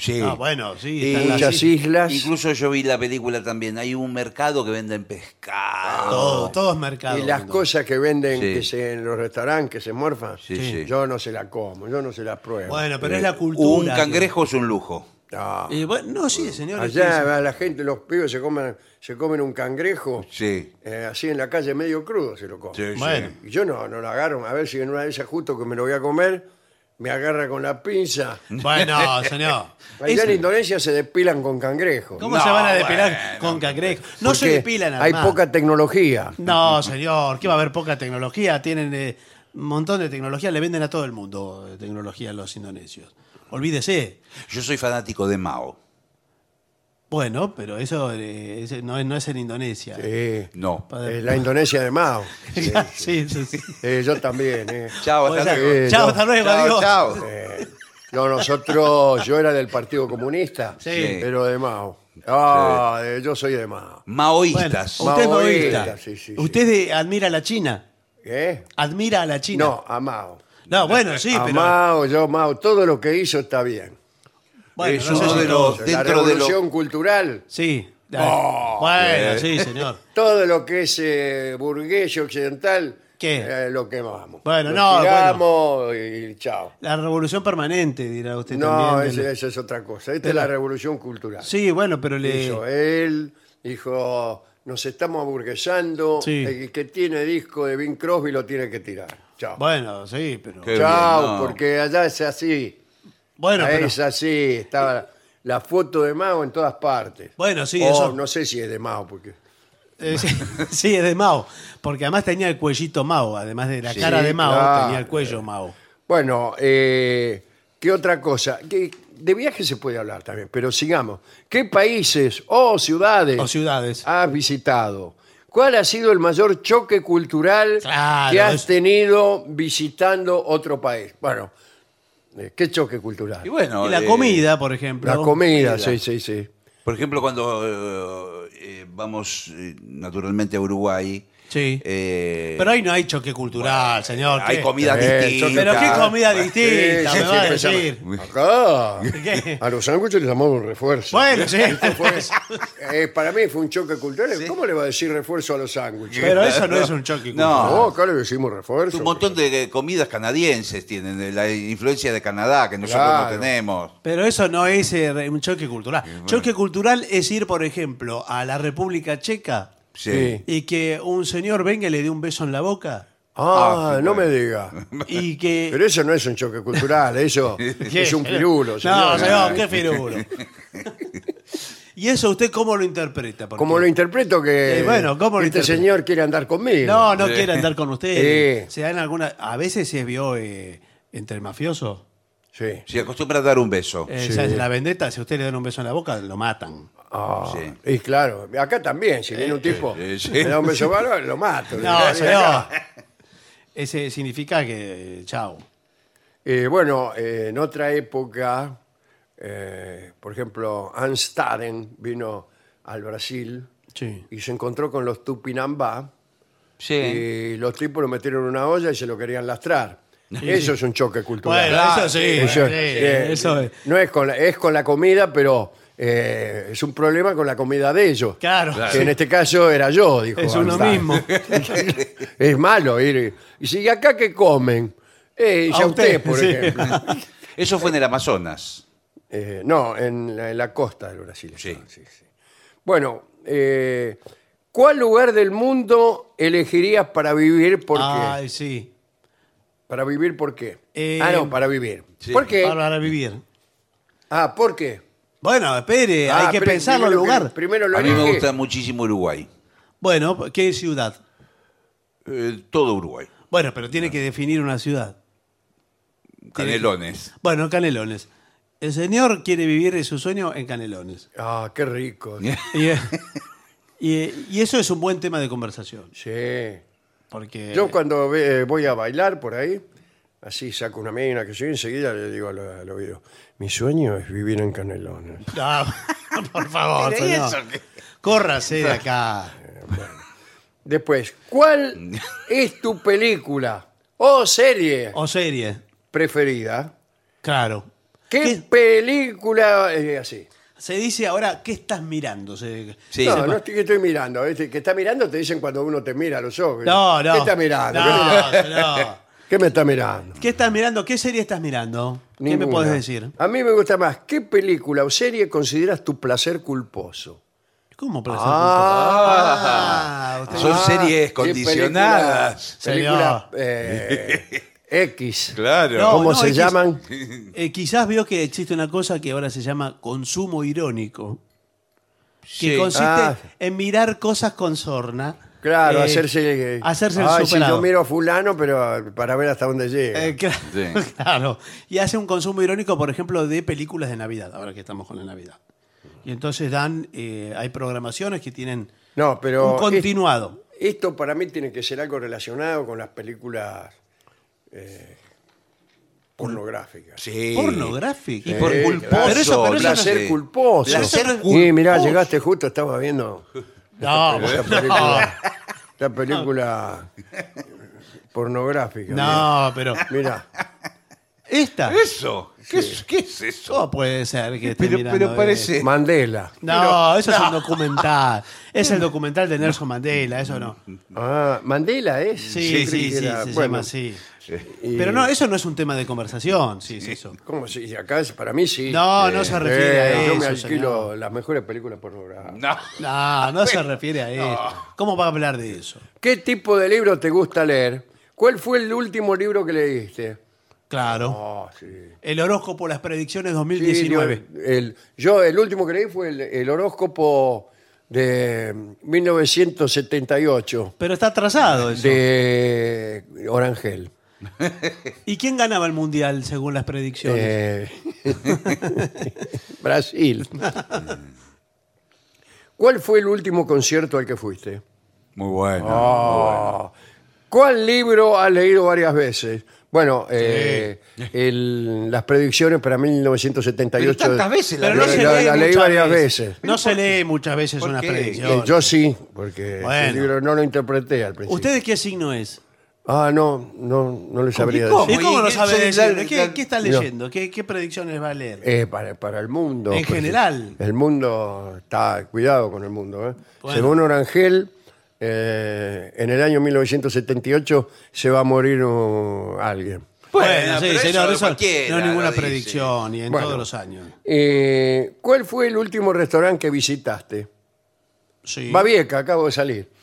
Sí. Ah, bueno, sí. Y- están las muchas islas, islas. Incluso yo vi la película también. Hay un mercado que venden pescado. todo, todos mercados. Y las ¿no? cosas que venden Sí. que se, en los restaurantes, que se morfan, Sí, sí. yo no se las como, yo no se las pruebo. Bueno, pero Eh, es la cultura. Un cangrejo es un lujo. No. Y bueno, no, sí, señor. Allá va la gente, los pibes se comen, se comen un cangrejo Sí. eh, así en la calle medio crudo se lo comen. Bueno, Y yo no, no lo agarro, a ver si en una de esas justo que me lo voy a comer, me agarra con la pinza. bueno, señor. Allá Es- en Indonesia se depilan con cangrejos. ¿Cómo No, se van a depilar bueno. con cangrejo? No se Porque depilan, Hay además. poca tecnología. No, señor, que va a haber poca tecnología. Tienen eh, un montón de tecnología, le venden a todo el mundo eh, tecnología a los indonesios. Olvídese. Yo soy fanático de Mao. Bueno, pero eso eh, es- no, es- no es en Indonesia. Eh, No. eh, la Indonesia de Mao. Sí, sí, sí. Eh, yo también. eh. Chao, hasta O sea, luego. eh, chao, no. hasta luego, Chao, adiós. chao. Eh, no, nosotros, yo era del Partido Comunista, Sí. pero de Mao. Ah, eh, yo soy de Mao. Bueno, Maoístas. usted es Maoísta, maoísta. sí, sí, sí. Usted eh, admira a la China. ¿Qué? Admira a la China. ¿eh? No, a Mao. No, bueno, sí, a pero. Mao, yo Mao, todo lo que hizo está bien. Bueno, es no sé uno si de todo- los- la Dentro de lo- revolución cultural, Sí. Oh. bueno, Eh. sí, señor. todo lo que es eh, burgués y occidental, ¿Qué? eh, lo quemamos. Bueno, Lo no, tiramos y chao. La revolución permanente, dirá usted No, también. de esa la- esa es otra cosa. Esta de es la la- revolución cultural. Sí, bueno, pero le. Hizo él, dijo, nos estamos aburguesando, Sí. el que tiene disco de Bing Crosby lo tiene que tirar. Chao. Bueno, sí, pero. Qué Chao, bien, no. porque allá es así. Bueno, Ahí pero. es así. Estaba la, la foto de Mao en todas partes. Bueno, sí, O eso. No sé si es de Mao, porque... eh, sí, sí, es de Mao. Porque además tenía el cuellito Mao. Además de la Sí, cara de Mao, claro. tenía el cuello Mao. Bueno, eh, ¿qué otra cosa? Que de viaje se puede hablar también, pero sigamos. ¿Qué países o ciudades O ciudades. has visitado? ¿Cuál ha sido el mayor choque cultural Claro, que has es- tenido visitando otro país? Bueno, eh, ¿qué choque cultural? Y bueno. y la eh, comida, por ejemplo. La comida, sí, sí, sí. Por ejemplo, cuando eh, eh, vamos eh, naturalmente a Uruguay, Sí. Eh, Pero ahí no hay choque cultural, señor. hay ¿qué? comida Eh, distinta. Pero qué comida distinta, Sí, me sí, va a sí, decir. pensaba, Acá. ¿Qué? A los sándwiches les llamamos refuerzo. Bueno, sí. Esto fue- eh, para mí fue un choque cultural. ¿Cómo le va a decir refuerzo a los sándwiches? Pero eso no es un choque cultural. No, No, acá le decimos refuerzo. un montón de eh, comidas canadienses tienen, de la influencia de Canadá que nosotros Claro. no tenemos. Pero eso no es eh, re- un choque cultural. Choque cultural es ir, por ejemplo, a la República Checa Sí. Sí. y que un señor venga y le dé un beso en la boca Ah, Ah, no me diga. y que... Pero eso no es un choque cultural, eso ¿Qué? es un pirulo. No, señor. Ah, señor, qué pirulo. ¿Y eso usted cómo lo interpreta? Porque- Como lo interpreto que Eh, bueno, ¿cómo lo este interpreto? señor quiere andar conmigo. No, no quiere andar con usted. Sí. Se dan alguna... A veces se vio eh, entre mafiosos. Sí. Se acostumbra a dar un beso. Eh, o sea, en la vendetta, si usted le dan un beso en la boca, lo matan. Ah, Sí. Y claro, acá también, si viene un tipo, sí, sí. me da un beso bárbaro, lo mato. Eh, No, Le- señor. Ese significa que... eh, Chao. Eh, bueno, eh, en otra época, eh, por ejemplo, Anstaden vino al Brasil Sí. y se encontró con los Tupinambá Sí. y los tipos lo metieron en una olla y se lo querían lastrar. Eso es un choque cultural. Bueno, eso sí. Eso, sí, eh, eso es. No es con la, es con la comida, pero eh, es un problema con la comida de ellos. Claro. Que en este caso era yo, dijo. Es uno Einstein. mismo. es malo ir. Y si acá que comen, eh, y A a usted, usted, por sí. ejemplo. Eso fue en el Amazonas. Eh, no, en la, en la costa del Brasil. Sí. estaban, sí, sí. Bueno, eh, ¿cuál lugar del mundo elegirías para vivir? ¿Por qué? Ay, sí. ¿Para vivir por qué? Eh, ah, no, para vivir. sí. ¿Por qué? Para, para vivir. Ah, ¿por qué? Bueno, espere, Ah, Eh, hay que espere, pensarlo al primero que- lugar. Primero lo A mí me elige. gusta muchísimo Uruguay. Bueno, ¿qué ciudad? Eh, todo Uruguay. Bueno, pero tiene que definir una ciudad. Canelones. Bueno, Canelones. El señor quiere vivir su sueño en Canelones. Ah, qué rico. Y, eh, y, eh, y eso es un buen tema de conversación. Sí. Porque. Yo cuando ve- eh, voy a bailar por ahí, así saco una mina que soy enseguida le digo al, al oído, mi sueño es vivir en Canelones. No, por favor, señor. Córrase de acá. Después, ¿cuál es tu película o serie O serie. preferida? Claro. ¿Qué, ¿Qué? película eh, así? Se dice ahora, ¿qué estás mirando? Se- Sí. no, no estoy, que estoy mirando. ¿viste? Que está mirando te dicen cuando uno te mira a los ojos. No, no. ¿Qué está mirando? ¿Qué, No, mira- no. qué me está mirando? ¿Qué estás mirando? ¿Qué serie estás mirando? ¿Qué me Ninguna. podés decir? A mí me gusta más. ¿Qué película o serie consideras tu placer culposo? ¿Cómo placer Ah. culporal? Ah, usted- Son Ah, series qué condicionadas. película, Señor. eh, X. Claro. No, ¿Cómo se X. llaman? Eh, quizás vio que existe una cosa que ahora se llama consumo irónico, que consiste Ah. en mirar cosas con sorna. Claro, eh, hacerse, eh, hacerse el ay, sí, superado. yo miro a fulano, pero para ver hasta dónde llega. Eh, cla- Sí. Claro. Y hace un consumo irónico, por ejemplo, de películas de Navidad, ahora que estamos con la Navidad. Y entonces dan, eh, hay programaciones que tienen no, pero un continuado. es- esto para mí tiene que ser algo relacionado con las películas eh, pornográficas. Sí. Pornográfico. Y por Sí, culposo. claro. Pero eso- pero eso no es- placer culposo. Placer Y mirá, culposo. llegaste justo, estaba viendo No, esta no, película, esta película pornográfica. no, pero Mirá. mirá. esta. Eso. ¿Qué, es, qué es eso? ¿Cómo puede ser que esté Pero, mirando pero esto? parece. Mandela. No, eso es un documental. Es el documental de Nelson Mandela, eso no. Ah, Mandela es. Sí, sí, sí, se llama así. eh, Pero no, eso no es un tema de conversación, sí, es eso. ¿Cómo se dice? Acá es- para mí sí. Eh, No, no se refiere a Yo me eso, alquilo señor. las mejores películas pornográficas. No. No, no se refiere a eso. ¿Cómo va a hablar de eso? ¿Qué tipo de libro te gusta leer? ¿Cuál fue el último libro que leíste? Claro. Ah, sí. El horóscopo, las predicciones Sí, eh, 2019. yo- el, yo el último que leí fue el, el horóscopo de mm, 1978 Pero está atrasado eso. de Orangel. ¿Y quién ganaba el mundial según las predicciones? Eh, Brasil. ¿Cuál fue el último concierto al que fuiste? Muy bueno. Ah. ¿Cuál libro has leído varias veces? Bueno, eh, el- las predicciones para 1978. Pero tantas veces la Yo Pero no ley. se la, lee la leí muchas varias veces. No se lee muchas veces ¿Por una qué? Eh, predicción. Yo sí, porque Bueno. el libro no lo interpreté al principio. ¿Ustedes qué signo es? Ah, no, no, no le sabría cómo? ¿Y decir. cómo lo ¿Y sabe qué- decir? qué- ¿Qué, qué está No. leyendo? ¿Qué, qué predicciones va a leer? Eh, para, para el mundo. pues, En general. El mundo está, cuidado con el mundo. ¿eh? Bueno. Según Orangel, eh, en el año 1978 se va a morir uh, alguien. Bueno, sí, pero sí, eso no, eso cualquiera no es ninguna lo dice. predicción, y en Bueno. todos los años. Eh, ¿Cuál fue el último restaurante que visitaste? Sí. Babieca, acabo de salir.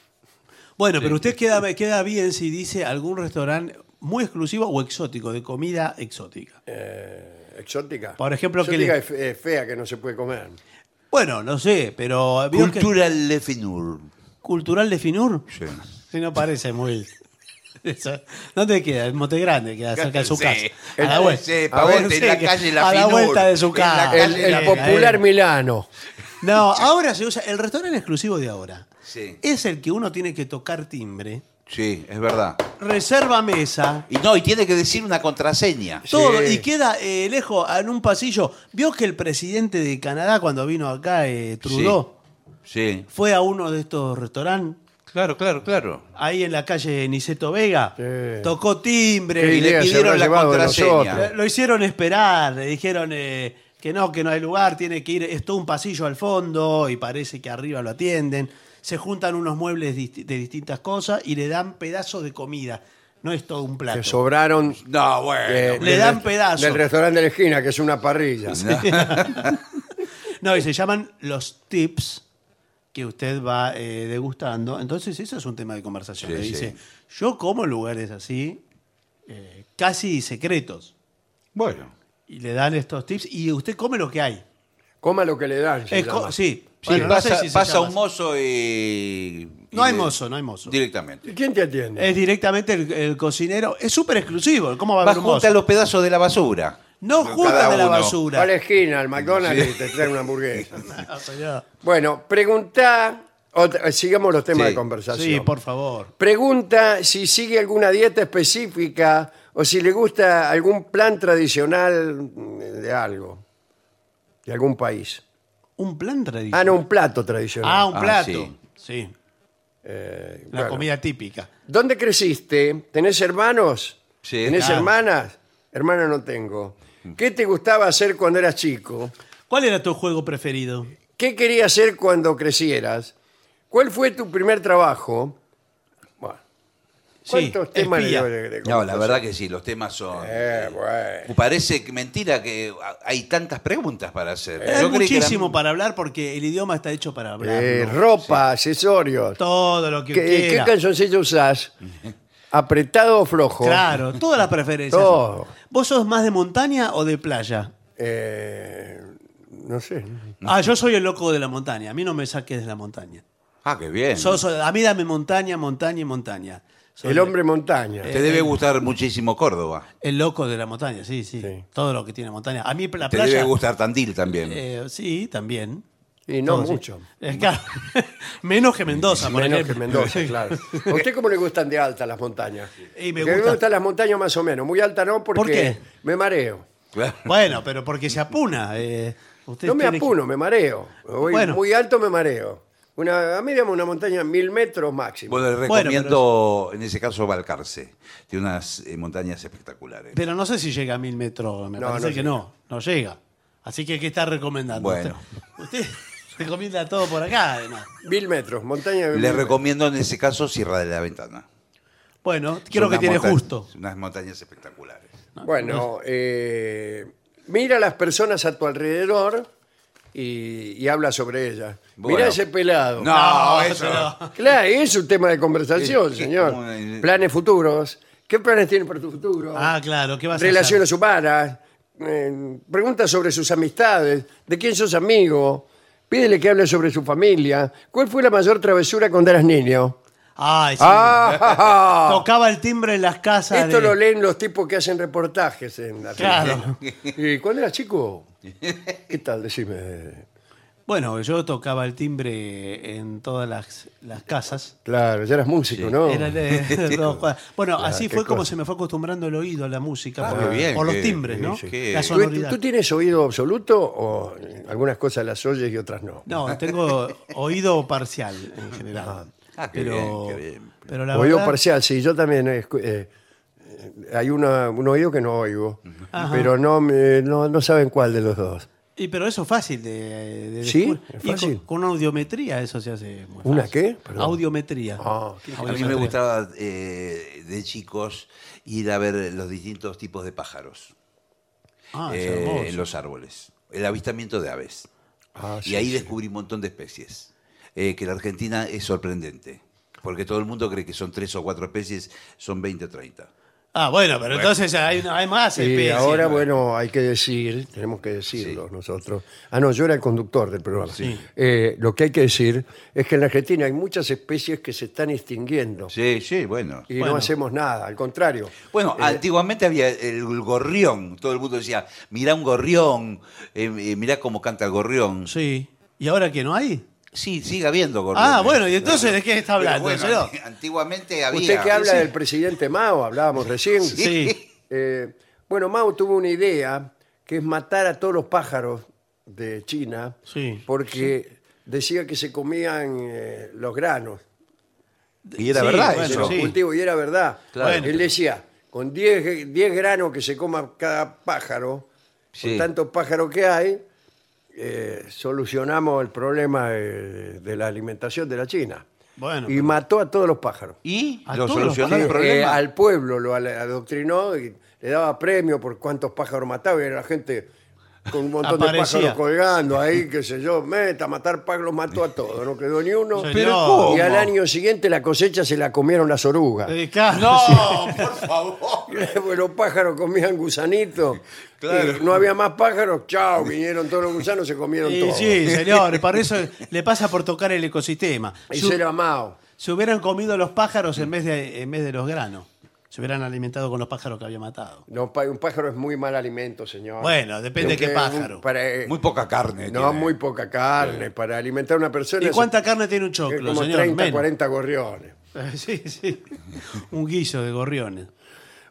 Bueno, pero usted queda, queda bien si dice algún restaurante muy exclusivo o exótico, de comida exótica. Exótica. Por ejemplo, ¿qué Exótica le- es fe- es fea que no se puede comer. Bueno, no sé, pero... ¿vio que- Cultural Le Finur. ¿Cultural de Finur? Sí. Sí, no parece muy... Eso. ¿Dónde queda? En Monte Grande, queda cerca de su Sí. casa. A la Sí, vuelta. pavote, en la Sí, calle La a la Finur, vuelta de su en la casa. calle El, el la- popular Milano. No, ahora se usa. El restaurante exclusivo de ahora Sí. es el que uno tiene que tocar timbre, Sí, es verdad. reserva mesa, Y no, y tiene que decir una contraseña. todo, y queda eh, lejos en un pasillo. Vio que el presidente de Canadá, cuando vino acá, eh, Trudeau, Sí. fue a uno de estos restaurantes. Claro, claro, claro. Ahí en la calle Niceto Vega, Sí. tocó Qué timbre, Y le idea se pidieron habrá la llevado de contraseña. nosotros. Eh, lo hicieron esperar, le dijeron eh, que no, que no hay lugar, tiene que ir, es todo un pasillo al fondo y parece que arriba lo atienden. Se juntan unos muebles disti- de distintas cosas y le dan pedazos de comida. No es todo un plato. Que sobraron No, bueno. eh, Le del dan rest- pedazos. Del restaurante de la esquina, que es una parrilla. No, y se llaman los tips que usted va eh, degustando. Entonces, eso es un tema de conversación. Sí, Le sí. dice, yo como en lugares así, eh, casi secretos. Bueno. Y le dan estos tips y usted come lo que hay. Coma lo que le dan. se Es co- llama. sí, Sí, Bueno, no sé pasa, si se pasa llama un mozo y... No y hay le- mozo, no hay mozo. Directamente. ¿Y quién te atiende? Es directamente el, el cocinero. Es súper exclusivo. ¿Cómo va a Va haber un junta mozo? los pedazos de la basura. No Cada juntan de la uno. basura. Ah, Va a la esquina, al McDonald's, y te traen una hamburguesa. No, señor. Bueno, pregunta. otra- sigamos los temas Sí. de conversación. Sí, por favor. Pregunta si sigue alguna dieta específica o si le gusta algún plan tradicional mm, de algo, de algún país. Un plan tradicional. Ah, no, un plato tradicional. Ah, un Ah, plato. sí. sí. Eh, La bueno. comida típica. ¿Dónde creciste? ¿Tenés hermanos? Sí, Ah. ¿Tenés claro. hermanas? Hermana no tengo. ¿Qué te gustaba hacer cuando eras chico? ¿Cuál era tu juego preferido? ¿Qué querías hacer cuando crecieras? ¿Cuál fue tu primer trabajo? Bueno, ¿cuántos temas espía. le doy de- de No, la conversación? verdad que sí, los temas son... Eh, bueno. Parece que mentira que hay tantas preguntas para hacer. Hay Yo creí que eran- Eh, muchísimo para hablar porque el idioma está hecho para hablar. Eh, ¿no? ropa, accesorios. Todo lo que ¿Qué, qué quiera. calzoncillo usás? ¿Apretado o flojo? Claro, todas las preferencias. Todo. ¿Vos sos más de montaña o de playa? Eh, no sé. Ah, yo soy el loco de la montaña. A mí no me saques de la montaña. Ah, qué bien. So- so- a mí dame montaña, montaña y montaña. Soy El hombre montaña. Eh, Te debe gustar muchísimo Córdoba. el loco de la montaña, sí, sí, Sí. Todo lo que tiene montaña. A mí la Te playa. debe gustar Tandil también. eh, sí, también. Y no Todo, sí. mucho. Eh, claro. Menos que Mendoza, por Menos que ejemplo. Mendoza, claro. ¿A usted cómo le gustan de alta las montañas? Y Porque me a mí gusta. me gustan las montañas más o menos. Muy alta no, porque ¿Por qué? me mareo. Claro. Bueno, pero porque se apuna. eh, usted No me tiene que- apuno, me mareo. Voy Bueno. Muy alto me mareo. Una, a mí digamos una montaña mil metros máximo. Bueno, le Bueno, recomiendo, en ese caso, Balcarce. Tiene unas eh, montañas espectaculares. Pero no sé si llega a mil metros. Me No, parece no que llega. no. No llega. Así que, ¿qué está recomendando? Bueno. Usted, usted recomienda todo por acá, además. Mil metros, montaña de eh, mil Le metros. recomiendo, en ese caso, Sierra de la Ventana. Bueno, creo Son que unas tiene monta- justo. Unas montañas espectaculares. Bueno, eh, mira a las personas a tu alrededor y, y habla sobre ellas. Bueno. Mira ese pelado. No, eso pero- no. Claro, es un tema de conversación, Es- es señor. como el- Planes futuros. ¿Qué planes tiene para tu futuro? Ah, claro, ¿qué vas Relaciones humanas. eh, preguntas sobre sus amistades. ¿De quién sos amigo? Pídele que hable sobre su familia. ¿Cuál fue la mayor travesura cuando eras niño? a hacer? Ay, sí. Ah, ja, ja. Tocaba el timbre en las casas. Esto de- lo leen los tipos que hacen reportajes en la Claro. tele. ¿Y cuándo eras chico? ¿Qué tal? Decime. Bueno, yo tocaba el timbre en todas las, las casas. Claro, ya eras músico, Oh. ¿no? Era de dos cuadras. bueno, así qué fue como cosa. se me fue acostumbrando el oído a la música. Ah, por, qué bien, por los qué- timbres, ¿no? sí, qué- La ¿Tú- ¿Tú, sonoridad. tú tienes oído absoluto o eh, algunas cosas las oyes y otras no? No, tengo oído parcial en general. Ah, qué pero, bien, qué bien. pero la oído verdad- parcial, sí, yo también. eh, escu- eh, eh, hay una- un oído que no oigo, Ajá. pero no, me- no, no saben cuál de los dos. Y pero eso es fácil de, de Sí, descubrir. es Y con- fácil. Con, una audiometría eso se hace muy ¿Una fácil. qué? Perdón. Audiometría. Ah, A mí me Audiometría. gustaba eh, de chicos ir a ver los distintos tipos de pájaros Ah, es eh, hermoso. en los árboles, el avistamiento de aves. Ah, y sí, ahí sí. descubrí un montón de especies, eh, que la Argentina es sorprendente, porque todo el mundo cree que son tres o cuatro especies, son 20 o 30. Ah, bueno, pero entonces hay, hay más Y especies. ahora, bueno, hay que decir, tenemos que decirlo nosotros. Ah, no, yo era el conductor del programa. Eh, lo que hay que decir es que en la Argentina hay muchas especies que se están extinguiendo Sí, sí, bueno. y no Bueno. hacemos nada, al contrario. eh, Bueno, antiguamente había el gorrión, todo el mundo decía, mirá un gorrión, eh, eh, mirá cómo canta el gorrión. Sí. ¿Y ahora que no hay? Sí, sigue habiendo gorriones. Ah, bueno, ¿y entonces de qué está Pero hablando? bueno, señor? antiguamente había... Usted que habla del presidente Mao, hablábamos recién. Sí. Eh, bueno, Mao tuvo una idea que es matar a todos los pájaros de China Sí. porque decía que se comían eh, los granos Y era Sí, verdad bueno, eso. los cultivos y era verdad. Claro. Bueno. Él decía, con 10 10 granos que se coma cada pájaro, Sí. con tantos pájaros que hay, eh, solucionamos el problema eh, de la alimentación de la China. Bueno, eh, y pero- mató a todos los pájaros. ¿Y A lo todos los solucionó el Eh, problema? al pueblo lo al- adoctrinó y le daba premio por cuántos pájaros mataba y era la gente con un montón Aparecía. de pájaros colgando ahí, qué sé yo, meta, matar pájaros, mató a todos, no quedó ni uno. Señor. y al año siguiente la cosecha se la comieron las orugas. Eh, claro, sí. No, por favor. Pues los pájaros comían gusanitos. Y no había más pájaros, chao, vinieron todos los gusanos, se comieron Y todos. Eh, sí, señor, para eso le pasa por tocar el ecosistema. Ese Su- era Mao. Se hubieran comido los pájaros en vez, de, en vez de los granos. Se hubieran alimentado con los pájaros que había matado. No, pa- un pájaro es muy mal alimento, señor. Bueno, depende de qué Porque pájaro. un- para- eh, Muy poca carne. no, tiene. muy poca carne. Para alimentar a una persona ¿Y es- cuánta carne tiene un es choclo, eh, como señor? 30, Menos. 40 gorriones. Sí, sí. Un guiso de gorriones.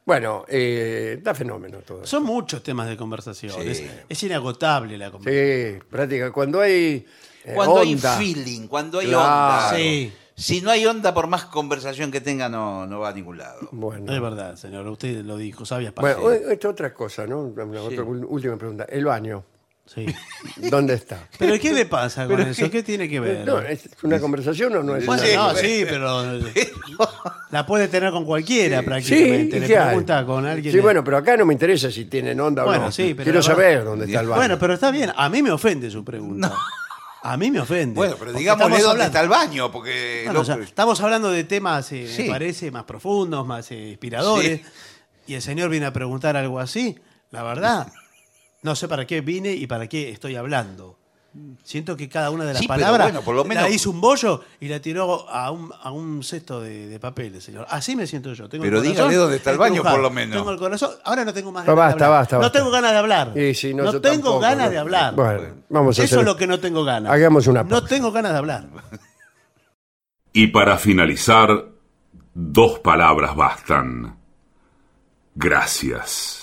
Bueno, eh, da fenómeno todo. Son muchos temas de conversación. Sí. Es, es inagotable la conversación. Sí, práctica. Cuando hay eh, Cuando onda, hay feeling, cuando hay Claro. onda. Sí. Si no hay onda, por más conversación que tenga, no, no va a ningún lado. Bueno, Es verdad, señor. Usted lo dijo. Sabias bueno eh. palabras. o- esta otra cosa, ¿no? Una- una otra- última pregunta. El baño, Sí. ¿dónde está? ¿Pero qué le pasa con eso? ¿Qué tiene que ver? No, ¿Es una conversación o no es Bueno, una no, sí, pero eh, la puede tener con cualquiera Sí, prácticamente. ¿y le qué hay? pregunta con alguien. Sí, de- bueno, pero acá no me interesa si tienen onda o Bueno, no. sí, pero Quiero la verdad- saber dónde está el baño. Bueno, pero está bien. A mí me ofende su pregunta. A mí me ofende. Bueno, pero Porque digámosle estamos dónde hablando- está el baño, porque... Bueno, lo- o sea, estamos hablando de temas, eh, Sí. me parece, más profundos, más eh, inspiradores. Y el señor viene a preguntar algo así. La verdad, no sé para qué vine y para qué estoy hablando. Siento que cada una de las Sí, pero palabras bueno, por lo menos- la hizo un bollo y la tiró a un, a un cesto de, de papeles, señor. Así me siento yo. Tengo el Pero corazón dígale dónde está el baño, por lo estrujado. menos. Tengo el corazón. Ahora no tengo más No, ganas basta, de hablar. basta, no basta. tengo ganas de hablar. Y sí, no, no yo tengo tampoco, ganas no. de hablar. Bueno, vamos a Eso hacer- es lo que no tengo ganas. Hagamos una No pausa. tengo ganas de hablar. Y para finalizar, dos palabras bastan. Gracias.